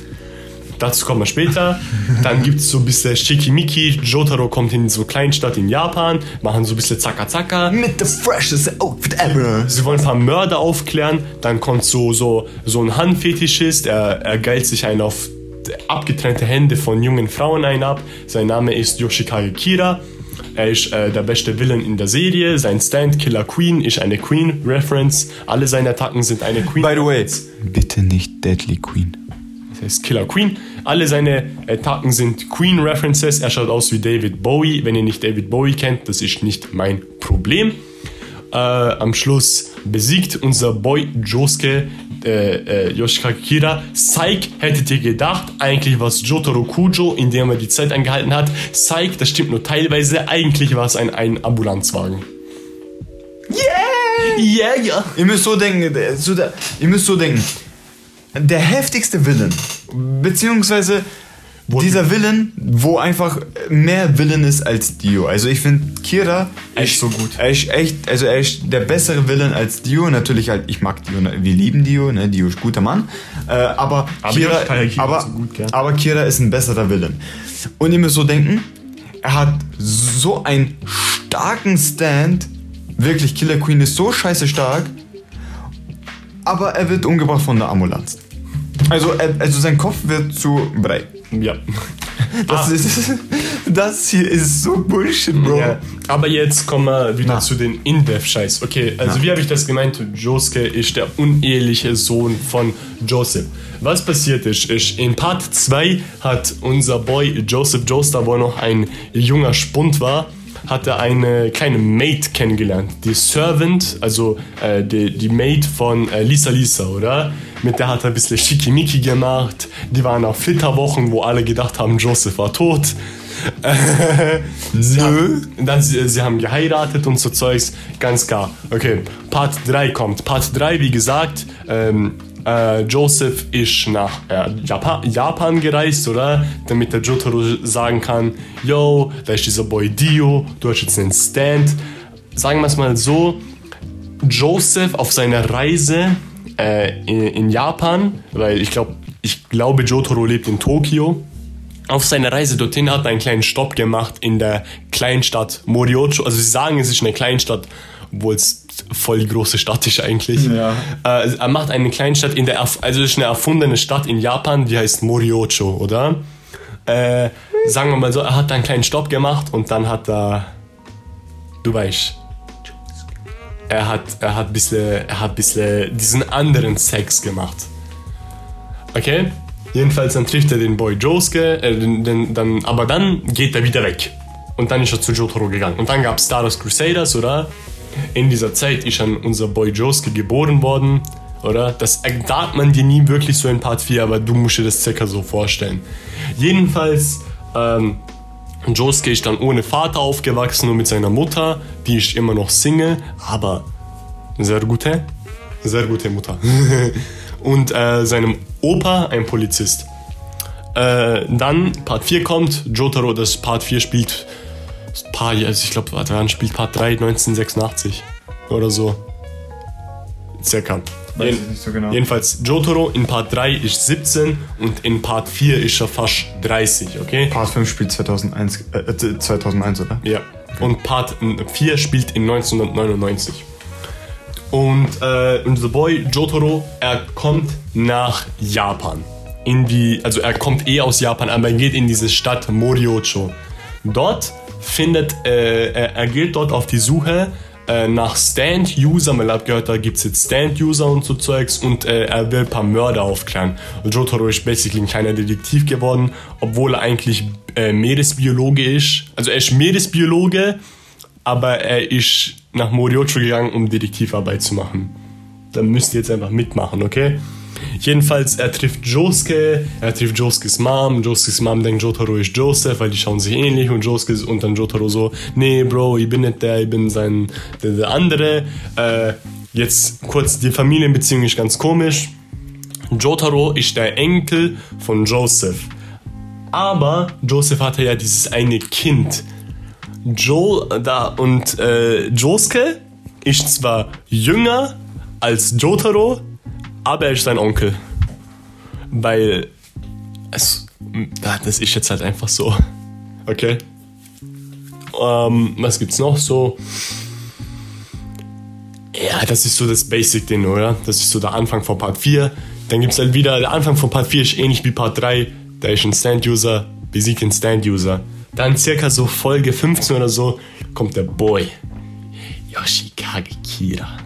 S1: Dazu kommen wir später. Dann gibt es so ein bisschen Shikimiki. Jotaro kommt in so eine Kleinstadt in Japan, machen so ein bisschen Zaka-Zaka.
S2: Mit the freshest outfit ever.
S1: Sie wollen ein paar Mörder aufklären, dann kommt so, so, so ein Handfetischist, er, er geilt sich einen auf abgetrennte Hände von jungen Frauen ein ab. Sein Name ist Yoshikage Kira. Er ist äh, der beste Villain in der Serie. Sein Stand Killer Queen ist eine Queen-Reference. Alle seine Attacken sind eine Queen.
S2: By the way, bitte nicht Deadly Queen.
S1: Er ist Killer Queen. Alle seine Attacken sind Queen-References. Er schaut aus wie David Bowie. Wenn ihr nicht David Bowie kennt, das ist nicht mein Problem. Äh, am Schluss besiegt unser Boy Josuke äh, äh, Yoshika Kira. Psych, hättet ihr gedacht, eigentlich war es Jotaro Kujo, in dem er die Zeit angehalten hat. Psych, das stimmt nur teilweise. Eigentlich war es ein, ein Ambulanzwagen.
S2: Yeah!
S1: Yeah, yeah.
S2: Ihr müsst so denken, der- so der, ihr müsst so denken. Der heftigste Villain, beziehungsweise dieser Villain, wo einfach mehr Villain ist als Dio. Also ich finde Kira
S1: Echt so gut.
S2: Er ist echt, also er ist der bessere Villain als Dio. Natürlich halt, ich mag Dio, ne? wir lieben Dio, ne? Dio ist guter Mann. Äh, aber, Kira,
S1: ich feier Kira
S2: aber,
S1: so gut, gell?
S2: aber Kira ist ein besserer Villain. Und ihr müsst so denken, er hat so einen starken Stand. Wirklich, Killer Queen ist so scheiße stark. Aber er wird umgebracht von der Ambulanz. Also, er, also sein Kopf wird zu breit.
S1: Ja.
S2: Das,
S1: Ah.
S2: ist, das hier ist so Bullshit, Bro.
S1: Ja. Aber jetzt kommen wir wieder
S2: Na.
S1: zu den In-Dev-Scheiß. Okay, also
S2: Na.
S1: wie habe ich das gemeint? Josuke ist der uneheliche Sohn von Joseph. Was passiert ist, ist in Part 2 hat unser Boy Joseph Joestar, wo er noch ein junger Spund war, hat er eine kleine Maid kennengelernt. Die Servant, also äh, die, die Maid von äh, Lisa Lisa, oder? Mit der hat er ein bisschen Schickimicki gemacht. Die waren auf Flitterwochen, wo alle gedacht haben, Joseph war tot. Sie haben, dann, sie, sie haben geheiratet und so Zeugs, ganz klar. Okay, Part 3 kommt. Part 3, wie gesagt, ähm, äh, Joseph ist nach äh, Japan, Japan gereist, oder? Damit der Jotaro sagen kann, yo, da ist dieser Boy Dio, du hast jetzt einen Stand. Sagen wir es mal so, Joseph auf seiner Reise äh, in, in Japan, weil ich glaube, ich glaube, Jotaro lebt in Tokio. Auf seiner Reise dorthin hat er einen kleinen Stopp gemacht in der Kleinstadt Moriocho. Also sie sagen, es ist eine Kleinstadt, obwohl es voll die große Stadt ist eigentlich.
S2: Ja.
S1: Äh, er macht eine Kleinstadt in der, erf- also es ist eine erfundene Stadt in Japan, die heißt Moriocho, oder? Äh, sagen wir mal so, er hat da einen kleinen Stopp gemacht und dann hat er, du weißt, er hat, er hat bisschen, er hat bisschen diesen anderen Sex gemacht. Okay? Jedenfalls dann trifft er den Boy Josuke, äh, den, den, dann, aber dann geht er wieder weg. Und dann ist er zu Jotaro gegangen. Und dann gab es Star Wars Crusaders, oder? In dieser Zeit ist dann unser Boy Josuke geboren worden, oder? Das erdarbt man dir nie wirklich so in Part 4, aber du musst dir das circa so vorstellen. Jedenfalls, ähm, Josuke ist dann ohne Vater aufgewachsen und mit seiner Mutter, die ist immer noch Single, aber sehr gute, sehr gute Mutter. und äh, seinem Opa, ein Polizist. Äh, dann Part 4 kommt, Jotaro, das Part 4 spielt ein paar Jahre, also ich glaube, wann spielt Part 3? 1986 oder so. Circa.
S2: Weiß
S1: Jeden-
S2: ich nicht so genau.
S1: Jedenfalls, Jotaro in Part 3 ist 17 und in Part 4 ist er fast 30, okay?
S2: Part 5 spielt 2001, äh, äh, 2001, oder?
S1: Ja. Und Part 4 spielt in 1999. Und äh, unser Boy Jotaro, er kommt nach Japan. In die, also er kommt eh aus Japan, aber er geht in diese Stadt Moriocho. Dort findet, äh, er, er geht dort auf die Suche äh, nach Stand-User, weil er hat gehört, da gibt es jetzt Stand-User und so Zeugs und äh, er will ein paar Mörder aufklären. Jotaro ist basically ein kleiner Detektiv geworden, obwohl er eigentlich äh, Meeresbiologe ist. Also er ist Meeresbiologe, aber er ist nach Moriocho gegangen, um Detektivarbeit zu machen. Da müsst ihr jetzt einfach mitmachen, okay? Jedenfalls, er trifft Josuke, er trifft Josukes Mom, Josukes Mom denkt, Jotaro ist Joseph, weil die schauen sich ähnlich und Josuke ist- und dann Jotaro so, nee, Bro, ich bin nicht der, ich bin sein, der, der andere. Äh, jetzt kurz, die Familienbeziehung ist ganz komisch. Jotaro ist der Enkel von Joseph. Aber Joseph hatte ja dieses eine Kind, Joel äh, da und äh, Josuke ist zwar jünger als Jotaro, aber er ist sein Onkel. Weil es, ah, das ist jetzt halt einfach so. Okay. Ähm, was gibt's noch so? Ja, das ist so das Basic-Ding, oder? Das ist so der Anfang von Part 4. Dann gibt's halt wieder, der Anfang von Part 4 ist ähnlich wie Part 3. Da ist ein Stand-User, besiegt den Stand-User. Dann circa so Folge 15 oder so kommt der Boy. Yoshikage Kira.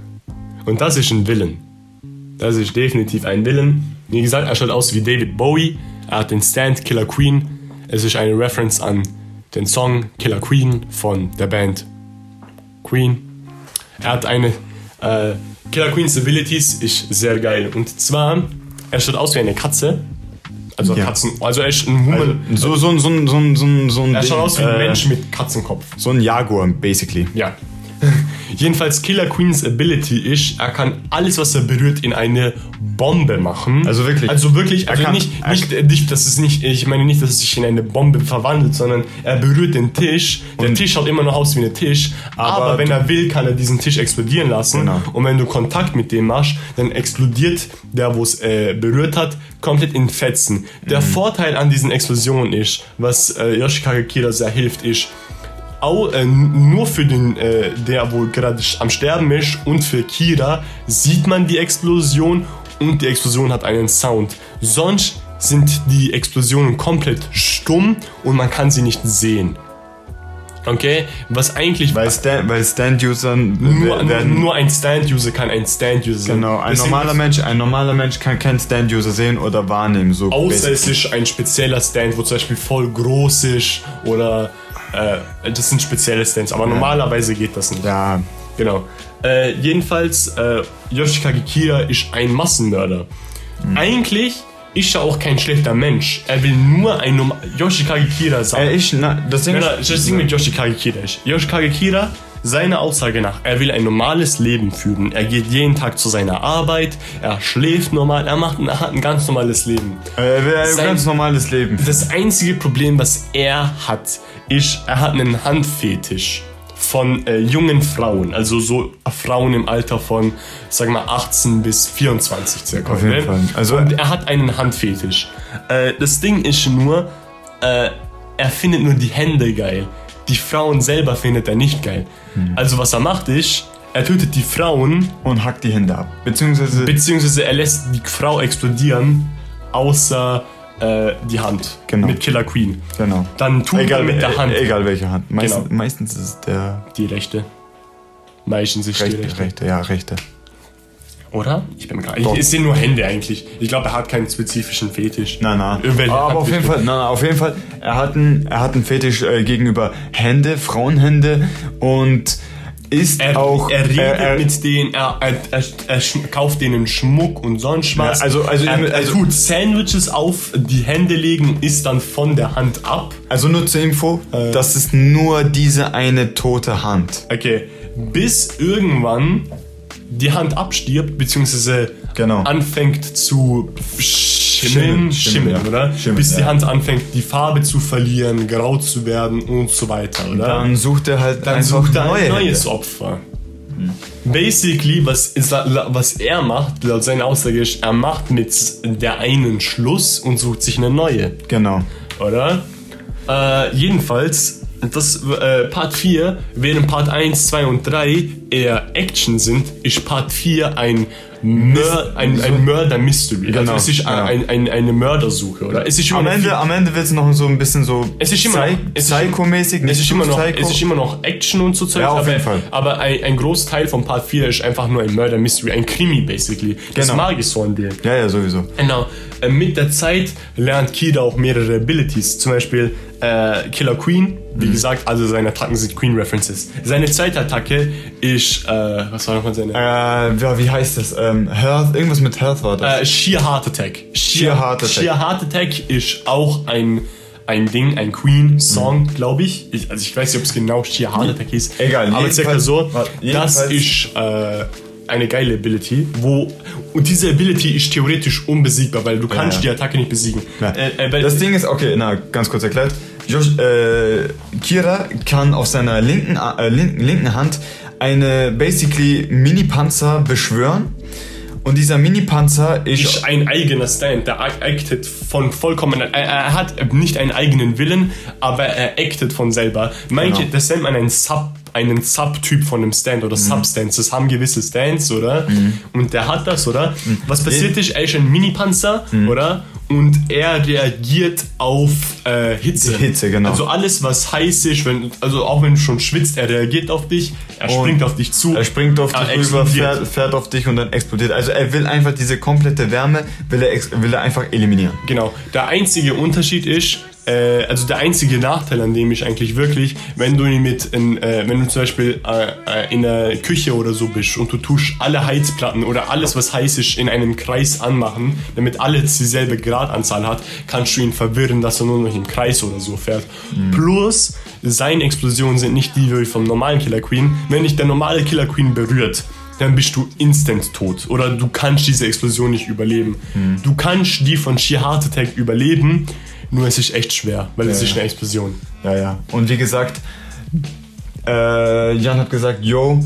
S1: Und das ist ein Villain. Das ist definitiv ein Villain. Wie gesagt, er schaut aus wie David Bowie. Er hat den Stand Killer Queen. Es ist eine Reference an den Song Killer Queen von der Band Queen. Er hat eine äh, Killer Queens Abilities ist sehr geil. Und zwar, er schaut aus wie eine Katze. Also
S2: Ja.
S1: Katzen, also er ist ein Human.
S2: So, so, ein- so, ein- so, ein- so, ein- so ein.
S1: er
S2: Ding,
S1: schaut aus wie ein
S2: äh,
S1: Mensch mit Katzenkopf.
S2: So ein Jaguar, basically.
S1: Ja. Jedenfalls Killer Queens Ability ist, er kann alles, was er berührt, in eine Bombe machen.
S2: Also wirklich?
S1: Also wirklich, also
S2: kann-
S1: nicht,
S2: er
S1: nicht, äh, nicht, dass es nicht, ich meine nicht, dass es sich in eine Bombe verwandelt, sondern er berührt den Tisch. Der
S2: Und-
S1: Tisch schaut immer noch aus wie ein Tisch, aber,
S2: Aber
S1: wenn
S2: du-
S1: er will, kann er diesen Tisch explodieren lassen.
S2: Genau.
S1: Und wenn du Kontakt mit dem machst, dann explodiert der, wo es äh, berührt hat, komplett in Fetzen.
S2: Mhm.
S1: Der Vorteil an diesen Explosionen ist, was äh, Yoshikage Kira sehr hilft, ist, auch, äh, n- nur für den, äh, der wohl gerade sch- am Sterben ist und für Kira sieht man die Explosion und die Explosion hat einen Sound. Sonst sind die Explosionen komplett stumm und man kann sie nicht sehen. Okay, was eigentlich
S2: Weil, Stan, weil Stand-Usern
S1: nur,
S2: we- werden.
S1: nur ein Stand-User kann ein Stand-User sein.
S2: genau, ein
S1: Deswegen-
S2: normaler Mensch, ein normaler Mensch kann keinen Stand-User sehen oder wahrnehmen. So
S1: Außer
S2: basic.
S1: es ist ein spezieller Stand, wo zum Beispiel voll groß ist oder äh, das sind spezielle Stands, aber normalerweise geht das nicht.
S2: Ja,
S1: Genau. Äh, jedenfalls, äh, Yoshikage Kira ist ein Massenmörder.
S2: Mhm.
S1: Eigentlich ist er auch kein schlechter Mensch. Er will nur ein Norm Yoshikage Kira sein.
S2: Äh, ich, na, das Ding
S1: Nein, nein,
S2: ist,
S1: das Ding mit Yoshikage Kira ist. Yoshikage Kira, seiner Aussage nach, er will ein normales Leben führen. Er geht jeden Tag zu seiner Arbeit, er schläft normal, er, macht ein, er hat ein ganz normales Leben.
S2: äh, wir- ein
S1: sein-
S2: ganz normales Leben.
S1: Das einzige Problem, was er hat, ist, er hat einen Handfetisch von äh, jungen Frauen, also so Frauen im Alter von, sagen wir, 18 bis 24 circa.
S2: Auf jeden
S1: ne?
S2: Fall. Also-
S1: Und er hat einen Handfetisch. Äh, das Ding ist nur, äh, er
S2: Hm.
S1: findet nur die Hände geil. Die Frauen selber findet er nicht geil. Also was er macht ist, er tötet die Frauen,
S2: Und hackt die Hände ab. Beziehungsweise.
S1: beziehungsweise er lässt die Frau explodieren, außer äh, die Hand.
S2: Genau.
S1: Mit Killer Queen.
S2: genau.
S1: Dann tut er
S2: Egal,
S1: mit der Hand
S2: e- egal welche Hand. Meist,
S1: Genau.
S2: Meistens ist es der
S1: die Rechte. Meistens ist die
S2: rechte,
S1: Rechte.
S2: rechte, ja, rechte.
S1: Oder? Ich bin mir gar nicht.
S2: Doch.
S1: Es sind nur Hände eigentlich. Ich glaube, er hat keinen spezifischen Fetisch.
S2: Na, na.
S1: Irgendwelche
S2: Aber auf jeden
S1: Handbewegung.
S2: Fall, na, na, auf jeden Fall, er hat einen, er hat einen Fetisch äh, gegenüber Hände, Frauenhände und ist
S1: Er,
S2: auch.
S1: er redet
S2: er- er-
S1: mit denen, er, er, er, er sch- kauft denen Schmuck und sonst was.
S2: Ja, also- also-
S1: er, er
S2: also-
S1: tut Sandwiches auf, die Hände legen, isst dann von der Hand ab.
S2: Also nur zur Info,
S1: Äh.
S2: das ist nur diese eine tote Hand.
S1: Okay, bis irgendwann die Hand abstirbt, beziehungsweise
S2: Genau.
S1: anfängt zu schimmeln, schimmeln,
S2: Schimmeln, schimmeln, ja.
S1: oder?
S2: Schimmeln,
S1: bis die
S2: ja.
S1: Hand anfängt, die Farbe zu verlieren, grau zu werden und so weiter, oder?
S2: Dann sucht er halt
S1: dann
S2: einfach
S1: sucht er
S2: neue
S1: ein
S2: Hände.
S1: neues Opfer. Hm. Basically, was, was er macht, laut seiner Aussage ist, er macht mit der einen Schluss und sucht sich eine neue,
S2: Genau.
S1: oder? Äh, jedenfalls, das, äh, Part 4, während Part 1, 2 und 3 eher Action sind, ist Part 4 ein, Mör ein, ein Mörder-Mystery.
S2: Genau,
S1: also es ist
S2: ja.
S1: ein, ein, eine Mördersuche, oder? Es ist immer
S2: Am
S1: noch
S2: Ende,
S1: viel-
S2: am Ende wird es noch so ein bisschen so
S1: Es ist immer
S2: Psy-
S1: noch- es ist-
S2: Psycho-mäßig.
S1: Es
S2: nicht
S1: ist,
S2: zu
S1: immer noch,
S2: Psycho.
S1: es ist immer noch Action und so Zeug,
S2: Ja, auf
S1: aber,
S2: jeden Fall.
S1: aber ein, ein Großteil von Part 4 ist einfach nur ein Murder Mystery, ein Krimi basically. Das
S2: Genau.
S1: mag ich so an dir.
S2: ja, ja, sowieso.
S1: Genau. Äh, Mit der Zeit lernt Kida auch mehrere Abilities, zum Beispiel äh, Killer Queen, wie
S2: Mhm.
S1: gesagt, also seine Attacken sind Queen References. Seine zweite Attacke ist, äh, was war nochmal seine?
S2: Äh, ja, wie heißt das? Ähm, Hearth, irgendwas mit Hearth war das.
S1: Äh, Sheer Heart Attack.
S2: Sheer Heart Attack.
S1: Sheer Heart Attack ist auch ein, ein Ding, ein Queen-Song, glaube ich. ich. Also ich weiß nicht, ob es genau Sheer Heart Attack ist.
S2: Mhm. Egal,
S1: aber
S2: jedenfalls-
S1: circa so.
S2: warte,
S1: Das
S2: jedenfalls-
S1: ist äh, eine geile Ability, wo und diese Ability ist theoretisch unbesiegbar, weil du kannst
S2: ja.
S1: die Attacke nicht besiegen.
S2: Ja.
S1: Äh, äh, weil-
S2: das Ding ist, okay, na, ganz kurz erklärt. Josh, äh, Kira kann auf seiner linken, A- äh, linken, linken Hand eine basically Mini-Panzer beschwören. Und dieser Mini-Panzer ist.
S1: ist ein eigener Stand, der ac- acted von vollkommen, er, er hat nicht einen eigenen Willen, aber er acted von selber. Manche,
S2: Genau. Mhm.
S1: das nennt man einen Sub, einen Subtyp von einem Stand oder Substands. Das haben gewisse Stands, oder? Und der hat das, oder?
S2: Mhm.
S1: Was passiert ist, er ist ein Mini-Panzer, oder? Und er reagiert auf äh, Hitze.
S2: Die Hitze, genau.
S1: Also alles, was heiß ist, wenn, also auch wenn du schon schwitzt, er reagiert auf dich, er
S2: Und
S1: springt auf dich zu.
S2: er springt auf dich rüber,
S1: Ah, explodiert.
S2: fährt, fährt auf dich und dann explodiert. Also er will einfach diese komplette Wärme, will er, ex- will er einfach eliminieren.
S1: Genau. Der einzige Unterschied ist, äh, also der einzige Nachteil an dem ich eigentlich wirklich, wenn du ihn mit, in, äh, wenn du zum Beispiel äh, äh, in der Küche oder so bist und du tust alle Heizplatten oder alles, was heiß ist, in einem Kreis anmachen, damit alles dieselbe Gradanzahl hat, kannst du ihn verwirren, dass er nur noch im Kreis oder so fährt. Plus, seine Explosionen sind nicht die wie vom normalen Killer Queen. Wenn dich der normale Killer Queen berührt, dann bist du instant tot. Oder du kannst diese Explosion nicht überleben.
S2: Hm.
S1: Du kannst die von Sheer Heart Attack überleben, nur es ist echt schwer, weil es
S2: Ja,
S1: ist
S2: ja.
S1: eine Explosion.
S2: Ja, ja. Und wie gesagt, äh, Jan hat gesagt, yo,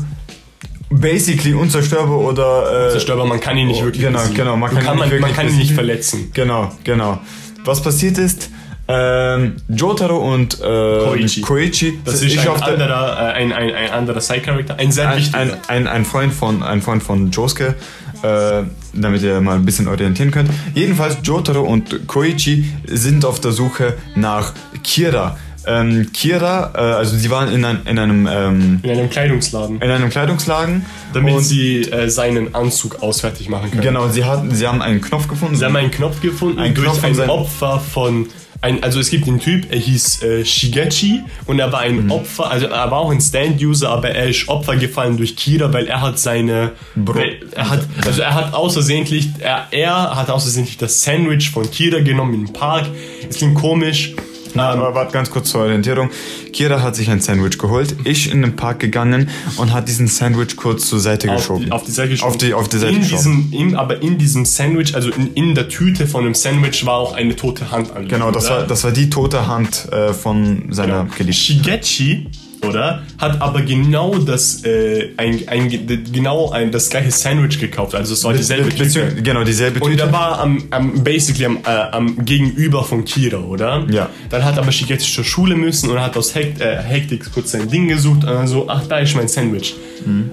S2: basically unzerstörbar oder. Äh,
S1: Zerstörbar, man kann ihn nicht
S2: Oh,
S1: wirklich
S2: genau,
S1: besiegen.
S2: genau, man
S1: Du
S2: kann ihn
S1: man,
S2: nicht wirklich
S1: man kann ihn nicht
S2: besiegen.
S1: verletzen.
S2: Genau, genau. Was passiert ist, ähm, Jotaro und äh,
S1: Koichi.
S2: Koichi.
S1: Das
S2: sind-
S1: ist
S2: Also ich
S1: ein
S2: auf der-
S1: anderer, äh, ein, ein, ein anderer Side-Charakter, ein sehr
S2: ein,
S1: wichtiger.
S2: ein, ein, ein Freund von ein Freund von Josuke, äh, damit ihr mal ein bisschen orientieren könnt. Jedenfalls Jotaro und Koichi sind auf der Suche nach Kira. Ähm, Kira, äh, also sie waren in, ein, in einem ähm,
S1: in einem Kleidungsladen,
S2: in einem Kleidungsladen
S1: damit
S2: und
S1: sie äh, seinen Anzug ausfertig machen können.
S2: genau, sie hatten, sie haben einen Knopf gefunden.
S1: Sie haben einen Knopf gefunden
S2: Ein
S1: durch
S2: Knopf von
S1: ein
S2: seinem-
S1: Opfer von. Ein, also es gibt den Typ, er hieß äh, Shigechi und er war
S2: Mhm.
S1: ein Opfer, also er war auch ein Stand-User, aber er ist Opfer gefallen durch Kira, weil er hat seine.
S2: Bro-
S1: weil er hat, also er hat außersehentlich, er, er hat außersehentlich das Sandwich von Kira genommen im Park. Es klingt komisch. Ähm,
S2: Aber warte ganz kurz zur Orientierung. Kira hat sich ein Sandwich geholt, ich in den Park gegangen und hat diesen Sandwich kurz zur Seite
S1: auf,
S2: geschoben.
S1: die- auf die Seite geschoben.
S2: Auf die, auf die Seite
S1: in
S2: geschoben.
S1: diesem, in, aber in diesem Sandwich, also in, in der Tüte von dem Sandwich war auch eine tote Hand angelegt.
S2: Genau, das
S1: oder? Genau.
S2: war, das war Ah, die tote Hand äh, von seiner Geliebten.
S1: Shigechi oder? Hat aber genau das, äh, ein, ein, genau ein, das gleiche Sandwich gekauft. Also es war dieselbe
S2: Beziehung-
S1: Tüte.
S2: Genau, dieselbe
S1: Und
S2: Tüte.
S1: der war am, am basically am, äh, am Gegenüber von Kira, oder?
S2: Ja.
S1: Dann hat aber Shigetsu zur Schule müssen und hat aus Hekt, äh, Hektik kurz sein Ding gesucht und dann so, ach, da ist mein Sandwich.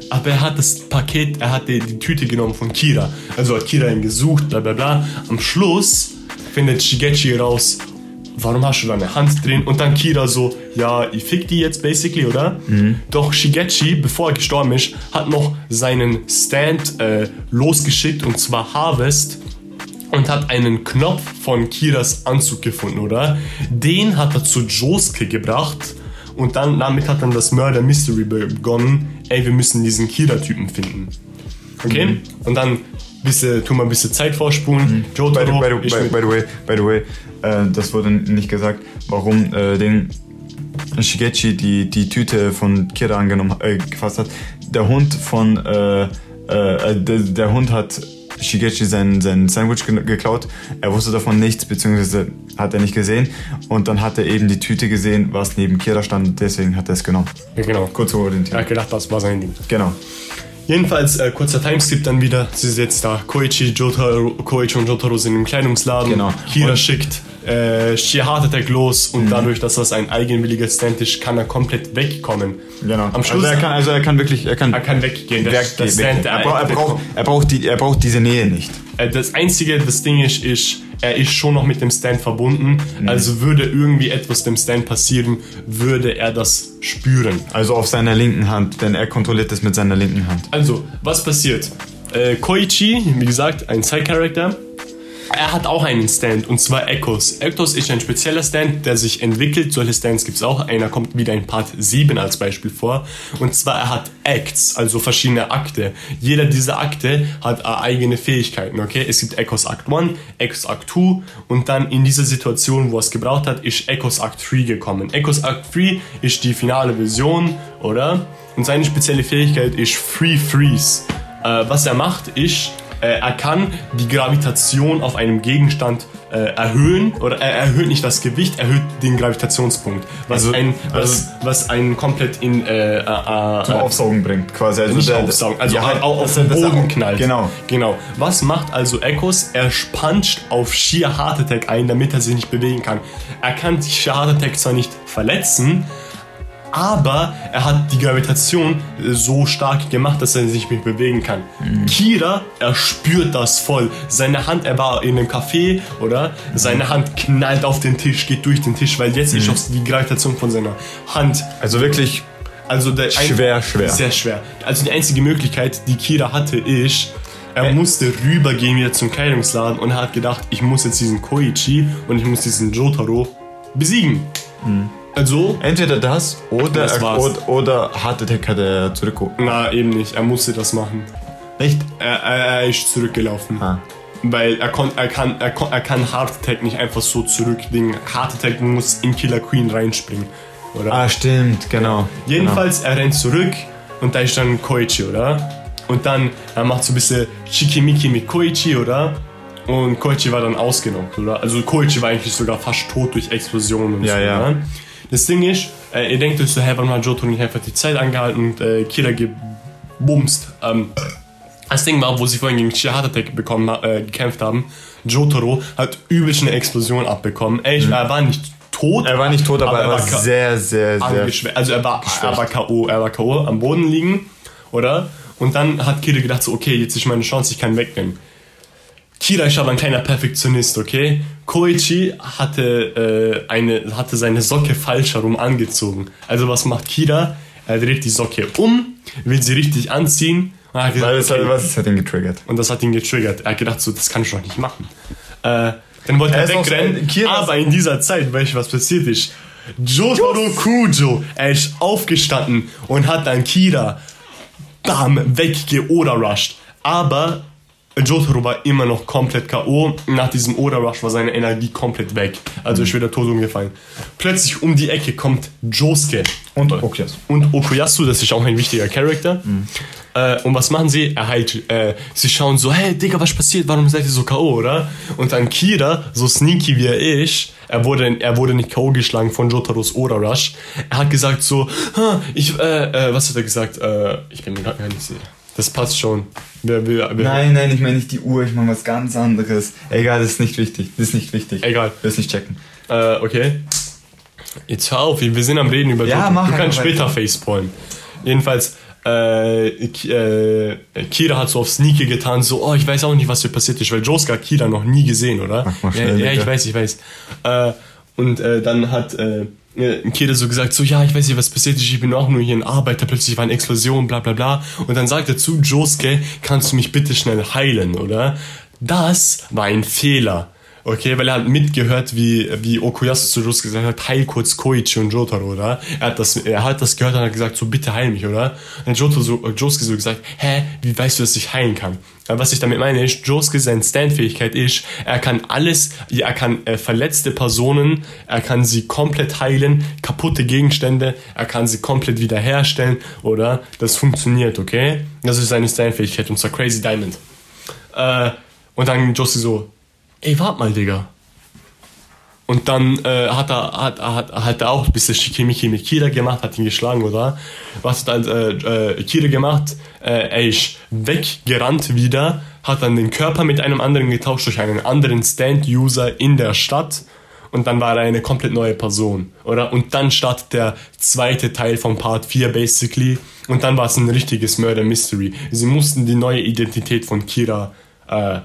S1: Aber er hat das Paket, er hat die, die Tüte genommen von Kira. Also hat Kira ihn gesucht, bla bla bla. Am Schluss findet Shigetsu raus, warum hast du deine Hand drin? Und dann Kira so, ja, ich fick die jetzt basically, oder? Doch Shigetsu, bevor er gestorben ist, hat noch seinen Stand äh, losgeschickt und zwar Harvest und hat einen Knopf von Kiras Anzug gefunden, oder? Den hat er zu Josuke gebracht und dann damit hat dann das Murder Mystery begonnen. Ey, wir müssen diesen Kira-Typen finden. Okay? Und dann bisschen, tu mal ein bisschen Zeit vorspulen.
S2: By the,
S1: Jotaro,
S2: by, the,
S1: ich
S2: by,
S1: mit-
S2: by the way, by the way, äh, das wurde nicht gesagt, warum äh, den Shigechi die, die Tüte von Kira angenommen äh, gefasst hat. Der Hund von äh, äh, äh, der, der Hund hat Shigechi sein, sein Sandwich ge geklaut. Er wusste davon nichts, beziehungsweise hat er nicht gesehen. Und dann hat er eben die Tüte gesehen, was neben Kira stand. Deswegen hat er es genommen.
S1: ja, genau.
S2: Kurz zur
S1: Er
S2: Orientierung.
S1: hat gedacht, das war sein Ding.
S2: Genau.
S1: Jedenfalls, äh, kurzer Timeskip dann wieder. Sie ist jetzt da. Koichi, Jotaro, Koichi und Jotaro sind im Kleidungsladen.
S2: Genau.
S1: Kira
S2: Und- Mhm.
S1: schickt äh, Sheer Heart Attack los und dadurch, dass das ein eigenwilliger Stand ist, kann er komplett wegkommen.
S2: Genau.
S1: Am Schluss,
S2: also er kann, also er kann wirklich, er kann,
S1: er kann weggehen. Der,
S2: Werk-
S1: der Stand, der
S2: er, bra- er,
S1: der-
S2: braucht, er, braucht die, er braucht diese Nähe nicht.
S1: Äh, Das einzige, das Ding ist, ist, er ist schon noch mit dem Stand verbunden.
S2: Mhm.
S1: Also würde irgendwie etwas dem Stand passieren, würde er das spüren.
S2: Also auf seiner linken Hand, denn er kontrolliert das mit seiner linken Hand.
S1: Also, was passiert? Äh, Koichi, wie gesagt, ein Side-Character. Er hat auch einen Stand und zwar Echos. Echos ist ein spezieller Stand, der sich entwickelt. Solche Stands gibt es auch. Einer kommt wieder in Part 7 als Beispiel vor. Und zwar er hat Acts, also verschiedene Akte. Jeder dieser Akte hat äh, eigene Fähigkeiten, okay? Es gibt Echos Act 1, Echos Act 2 und dann in dieser Situation, wo er es gebraucht hat, ist Echos Act 3 gekommen. Echos Act 3 ist die finale Version, oder? Und seine spezielle Fähigkeit ist Free Freeze. Äh, was er macht, ist, äh, er kann die Gravitation auf einem Gegenstand äh, erhöhen oder er erhöht nicht das Gewicht, erhöht den Gravitationspunkt, was
S2: Also-
S1: ein was, was einen komplett in äh, äh,
S2: Zum
S1: äh, äh,
S2: Aufsaugen bringt quasi. Also
S1: nicht
S2: der-
S1: aufsaugen, also
S2: ja,
S1: halt auch auf
S2: dass
S1: den
S2: er- dass er
S1: Boden
S2: auch-
S1: knallt.
S2: Genau.
S1: genau. Was macht also Echos? Er puncht auf Sheer Heart Attack ein, damit er sich nicht bewegen kann. Er kann sich Sheer Heart Attack zwar nicht verletzen, aber er hat die Gravitation äh, so stark gemacht, dass er sich nicht mehr bewegen kann. Kira, er spürt das voll. Seine Hand, er war in einem Café, oder? Seine Hand knallt auf den Tisch, geht durch den Tisch, weil jetzt ist auch die Gravitation von seiner Hand
S2: Also wirklich
S1: also der ein-
S2: Schwer, schwer.
S1: Sehr schwer. Also die einzige Möglichkeit, die Kira hatte, ist, er
S2: Ä-
S1: musste rübergehen wieder zum Kleidungsladen und er hat gedacht, ich muss jetzt diesen Koichi und ich muss diesen Jotaro besiegen.
S2: Hm.
S1: Also,
S2: entweder das oder,
S1: Das war's.
S2: oder, oder Hard Attack hat er zurückgeholt.
S1: na eben nicht, er musste das machen.
S2: Nicht?
S1: Er, er, er ist zurückgelaufen.
S2: Ah.
S1: Weil er, kon, er, kann, er, kon, er kann Hard Attack nicht einfach so zurückdingen. Hard Attack muss in Killer Queen reinspringen. Oder?
S2: ah, stimmt, genau.
S1: Jedenfalls, er rennt zurück und da ist dann Koichi, oder? Und dann, er macht so ein bisschen Schickimicki mit Koichi, oder? Und Koichi war dann ausgenockt, oder? Also Koichi war eigentlich sogar fast tot durch Explosionen und
S2: Ja,
S1: so,
S2: ja.
S1: oder? Das Ding ist, äh, ihr denkt euch so, hey, warum hat Johto nicht einfach die Zeit angehalten und äh, Kira gebumst? Ähm, das Ding war, wo sie vorhin gegen Sheer Heart Attack bekommen, ha- äh, gekämpft haben, Jotaro hat übelst eine Explosion abbekommen. Ey, er war nicht tot.
S2: Genau. Mhm. Er war nicht tot, aber, er war
S1: ka-
S2: sehr, sehr, sehr.
S1: angeschwä- Also er war, er war K.O., er war K.O. am Boden liegen, oder? Und dann hat Kira gedacht, so, okay, jetzt ist meine Chance, ich kann wegrennen. Kira ist aber ein kleiner Perfektionist, okay? Koichi hatte, äh, eine, hatte seine Socke falsch herum angezogen. Also was macht Kira? Er dreht die Socke um, will sie richtig anziehen. Und hat gesagt,
S2: Weil Also es halt hat,
S1: okay.
S2: was hat ihn getriggert?
S1: Und das hat ihn getriggert. Er hat gedacht, so, das kann ich doch nicht machen. Äh, dann wollte
S2: Er
S1: er,
S2: ist aus-
S1: wegrennen,
S2: äh, Kira-
S1: aber in dieser Zeit, weißt du, was passiert ist? Jotaro Kujo, er ist aufgestanden und hat dann Kira bam, weggeoderrushed. Aber Jotaro war immer noch komplett K.O. Nach diesem Oderrush war seine Energie komplett weg. Also ist wieder tot umgefallen. Plötzlich um die Ecke kommt Josuke
S2: Und Okias.
S1: und Okuyasu, das ist auch ein wichtiger Charakter.
S2: Mhm.
S1: Äh, und was machen sie? Er halt, äh, sie schauen so, hey Digga, was passiert? Warum seid ihr so K.O., oder? Und dann Kira, so sneaky wie er ist, er wurde, er wurde nicht K.O. geschlagen von Jotaros oder Rush. Er hat gesagt so, "Ha, ich, äh, äh, was hat er gesagt? Äh, ich bin mir gar nicht sicher. Das passt schon. Wer will, wer,
S2: Nein, nein, ich meine nicht die Uhr, ich meine was ganz anderes. Egal, das ist nicht wichtig. Das ist nicht wichtig.
S1: Egal.
S2: Das nicht checken.
S1: Äh, okay. Jetzt hör auf, wir sind am Reden über
S2: Ja,
S1: Joker.
S2: mach
S1: Du kannst
S2: einfach
S1: später facepalmen. Jedenfalls, äh, Ki- äh, Kira hat so auf Sneaky getan, so, oh, ich weiß auch nicht, was hier passiert ist, weil Joska hat Kira noch nie gesehen, oder?
S2: Mach mal
S1: ja,
S2: schnell,
S1: ja,
S2: bitte.
S1: ich weiß, ich weiß. Äh, und äh, dann hat äh, äh, Kira so gesagt, so, ja, ich weiß nicht, was passiert ist, ich bin auch nur hier in Arbeiter, plötzlich war eine Explosion, bla bla bla. Und dann sagt er zu Josuke, kannst du mich bitte schnell heilen, oder? Das war ein Fehler. Okay, weil er hat mitgehört, wie, wie Okuyasu zu Josuke gesagt hat, heil kurz Koichi und Jotaro, oder? Er hat das, er hat das gehört und hat gesagt, so bitte heil mich, oder? Und dann Jotaro so, Josuke so gesagt, hä, wie weißt du, dass ich heilen kann? Aber was ich damit meine ist, Josuke, seine Stand-Fähigkeit ist, er kann alles, ja, er kann äh, verletzte Personen, er kann sie komplett heilen, kaputte Gegenstände, er kann sie komplett wiederherstellen, oder? Das funktioniert, okay? Das ist seine Stand-Fähigkeit, und zwar Crazy Diamond. Äh, und dann Josuke so, ey, wart mal, Digga. Und dann äh, hat, er, hat, hat, hat er auch ein bisschen Schickimicki mit Kira gemacht, hat ihn geschlagen, oder? Was hat dann äh, äh, Kira gemacht? Äh, er ist weggerannt wieder, hat dann den Körper mit einem anderen getauscht durch einen anderen Stand-User in der Stadt. Und dann war er eine komplett neue Person, oder? Und dann startet der zweite Teil von Part 4 basically. Und dann war es ein richtiges Murder-Mystery. Sie mussten die neue Identität von Kira äh,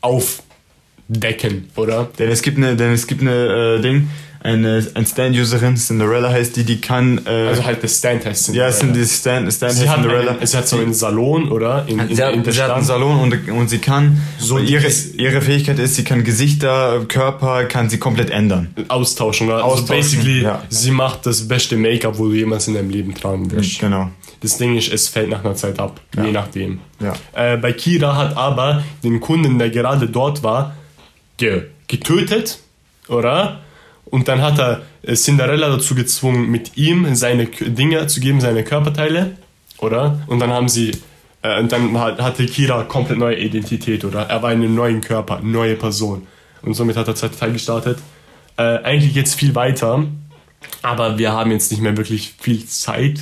S1: aufdecken, oder?
S2: Denn es gibt eine, denn es gibt eine äh, Ding, eine, ein Stand-Userin, Cinderella heißt die, die kann. Äh,
S1: Also halt das Stand heißt
S2: ja, es sind die Stand, Stand
S1: Sie hat,
S2: Cinderella.
S1: einen, sie hat so einen Salon, oder? In, in,
S2: Sie hat,
S1: in der
S2: sie hat einen
S1: Stadt.
S2: Salon und, und sie kann,
S1: So
S2: und ihre,
S1: die-
S2: ihre Fähigkeit ist, sie kann Gesichter, Körper, kann sie komplett ändern.
S1: Austauschen, oder? Also
S2: Austauschen,
S1: basically,
S2: ja.
S1: sie macht das beste Make-up, wo du jemals in deinem Leben tragen wirst.
S2: Genau.
S1: Das Ding ist, es fällt nach einer Zeit ab, je nachdem.
S2: Ja.
S1: Äh, bei Kira hat aber den Kunden, der gerade dort war, ge getötet, oder? Und dann hat er äh, Cinderella dazu gezwungen, mit ihm seine K- Dinge zu geben, seine Körperteile, oder? Und dann haben sie, äh, und dann hat, hatte Kira komplett neue Identität, oder? Er war in einem neuen Körper, neue Person. Und somit hat er zweite Teil gestartet. Äh, eigentlich jetzt viel weiter, aber wir haben jetzt nicht mehr wirklich viel Zeit.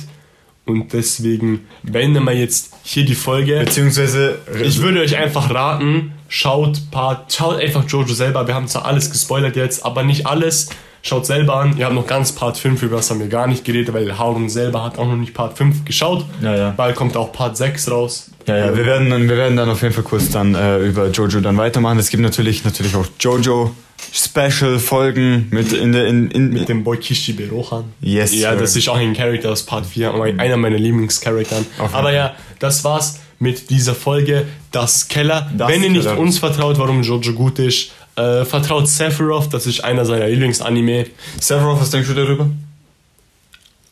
S1: Und deswegen beenden wir jetzt hier die Folge.
S2: Beziehungsweise,
S1: Ich würde euch einfach raten, schaut Part, schaut einfach Jojo selber. Wir haben zwar alles gespoilert jetzt, aber nicht alles. Schaut selber an. Wir haben noch ganz Part 5, über das haben wir gar nicht geredet, weil Harun selber hat auch noch nicht Part 5 geschaut.
S2: Ja, ja.
S1: Bald kommt auch Part 6 raus. Äh,
S2: Ja, ja, wir werden dann, wir werden dann auf jeden Fall kurz dann äh, über Jojo dann weitermachen. Es gibt natürlich natürlich auch Jojo Special Folgen mit in der in, in,
S1: Mit dem Boy Kishibe Rohan.
S2: Yes,
S1: Ja,
S2: sir. Mhm.
S1: das ist auch ein Charakter aus Part 4, mein- einer meiner Lieblingscharakter.
S2: jeden
S1: Aber
S2: Fall.
S1: ja, das war's mit dieser Folge. Das Keller.
S2: Das
S1: Wenn ihr nicht
S2: Keller.
S1: uns vertraut, warum Jojo gut ist, äh, vertraut Sephiroth, das ist einer seiner Lieblingsanime.
S2: Sephiroth, was denkst du darüber?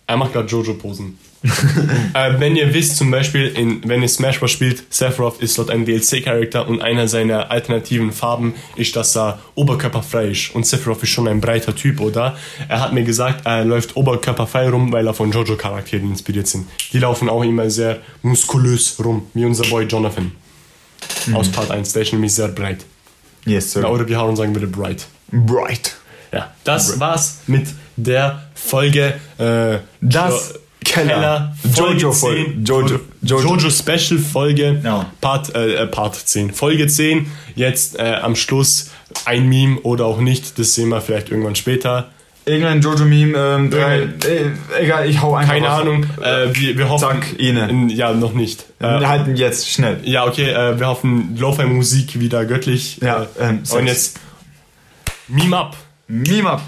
S1: Er macht gerade Jojo-Posen. äh, wenn ihr wisst, zum Beispiel, in, wenn ihr Smash Bros. spielt, Sephiroth ist dort ein DLC-Charakter und einer seiner alternativen Farben ist, dass er oberkörperfrei ist. Und Sephiroth ist schon ein breiter Typ, oder? Er hat mir gesagt, er läuft oberkörperfrei rum, weil er von Jojo-Charakteren inspiriert sind. Die laufen auch immer sehr muskulös rum, wie unser Boy Jonathan. Aus Part 1, der ist nämlich sehr breit.
S2: Yes, Sir.
S1: Ja, Oder wie Haron sagen würde, bright.
S2: Bright.
S1: Ja, das war's mit der Folge. Äh,
S2: Das
S1: Jo-
S2: Keller.
S1: Folge
S2: Jojo Folge.
S1: 10.
S2: Jojo.
S1: Jojo.
S2: Jojo.
S1: Special Folge.
S2: Ja.
S1: Part, äh, äh, Part 10. Folge 10. Jetzt äh, am Schluss ein Meme oder auch nicht. Das sehen wir vielleicht irgendwann später.
S2: Irgendein Jojo Meme ähm, drei,
S1: Irgendein-
S2: äh, egal, ich hau einfach
S1: Keine
S2: raus.
S1: Ahnung. Äh, wir, wir hoffen.
S2: Zack, Ine.
S1: N- Ja, noch nicht.
S2: Wir
S1: Äh,
S2: halten jetzt schnell.
S1: ja, okay. Äh, wir hoffen, Lo-Fi-Musik wieder göttlich.
S2: Ja,
S1: äh,
S2: ähm,
S1: und
S2: Sex.
S1: jetzt Meme up.
S2: Meme up.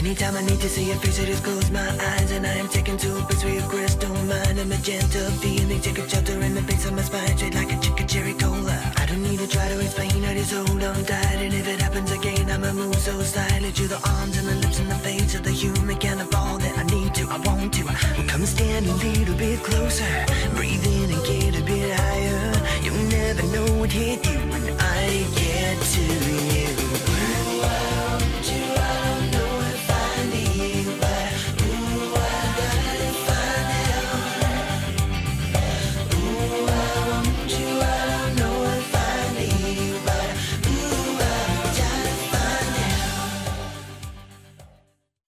S3: Anytime I need to see your face, I just close my eyes And I am taken to a place where your crystal mind A magenta feeling, take a shelter in the base of my spine Straight like a chicken cherry cola I don't need to try to explain, I just hold on tight And if it happens again, I'ma move so slightly To the arms and the lips and the face of the human kind of all that I need to, I want to Well, come stay Get a little bit closer. Breathe in and get a bit higher. You'll never know what hit you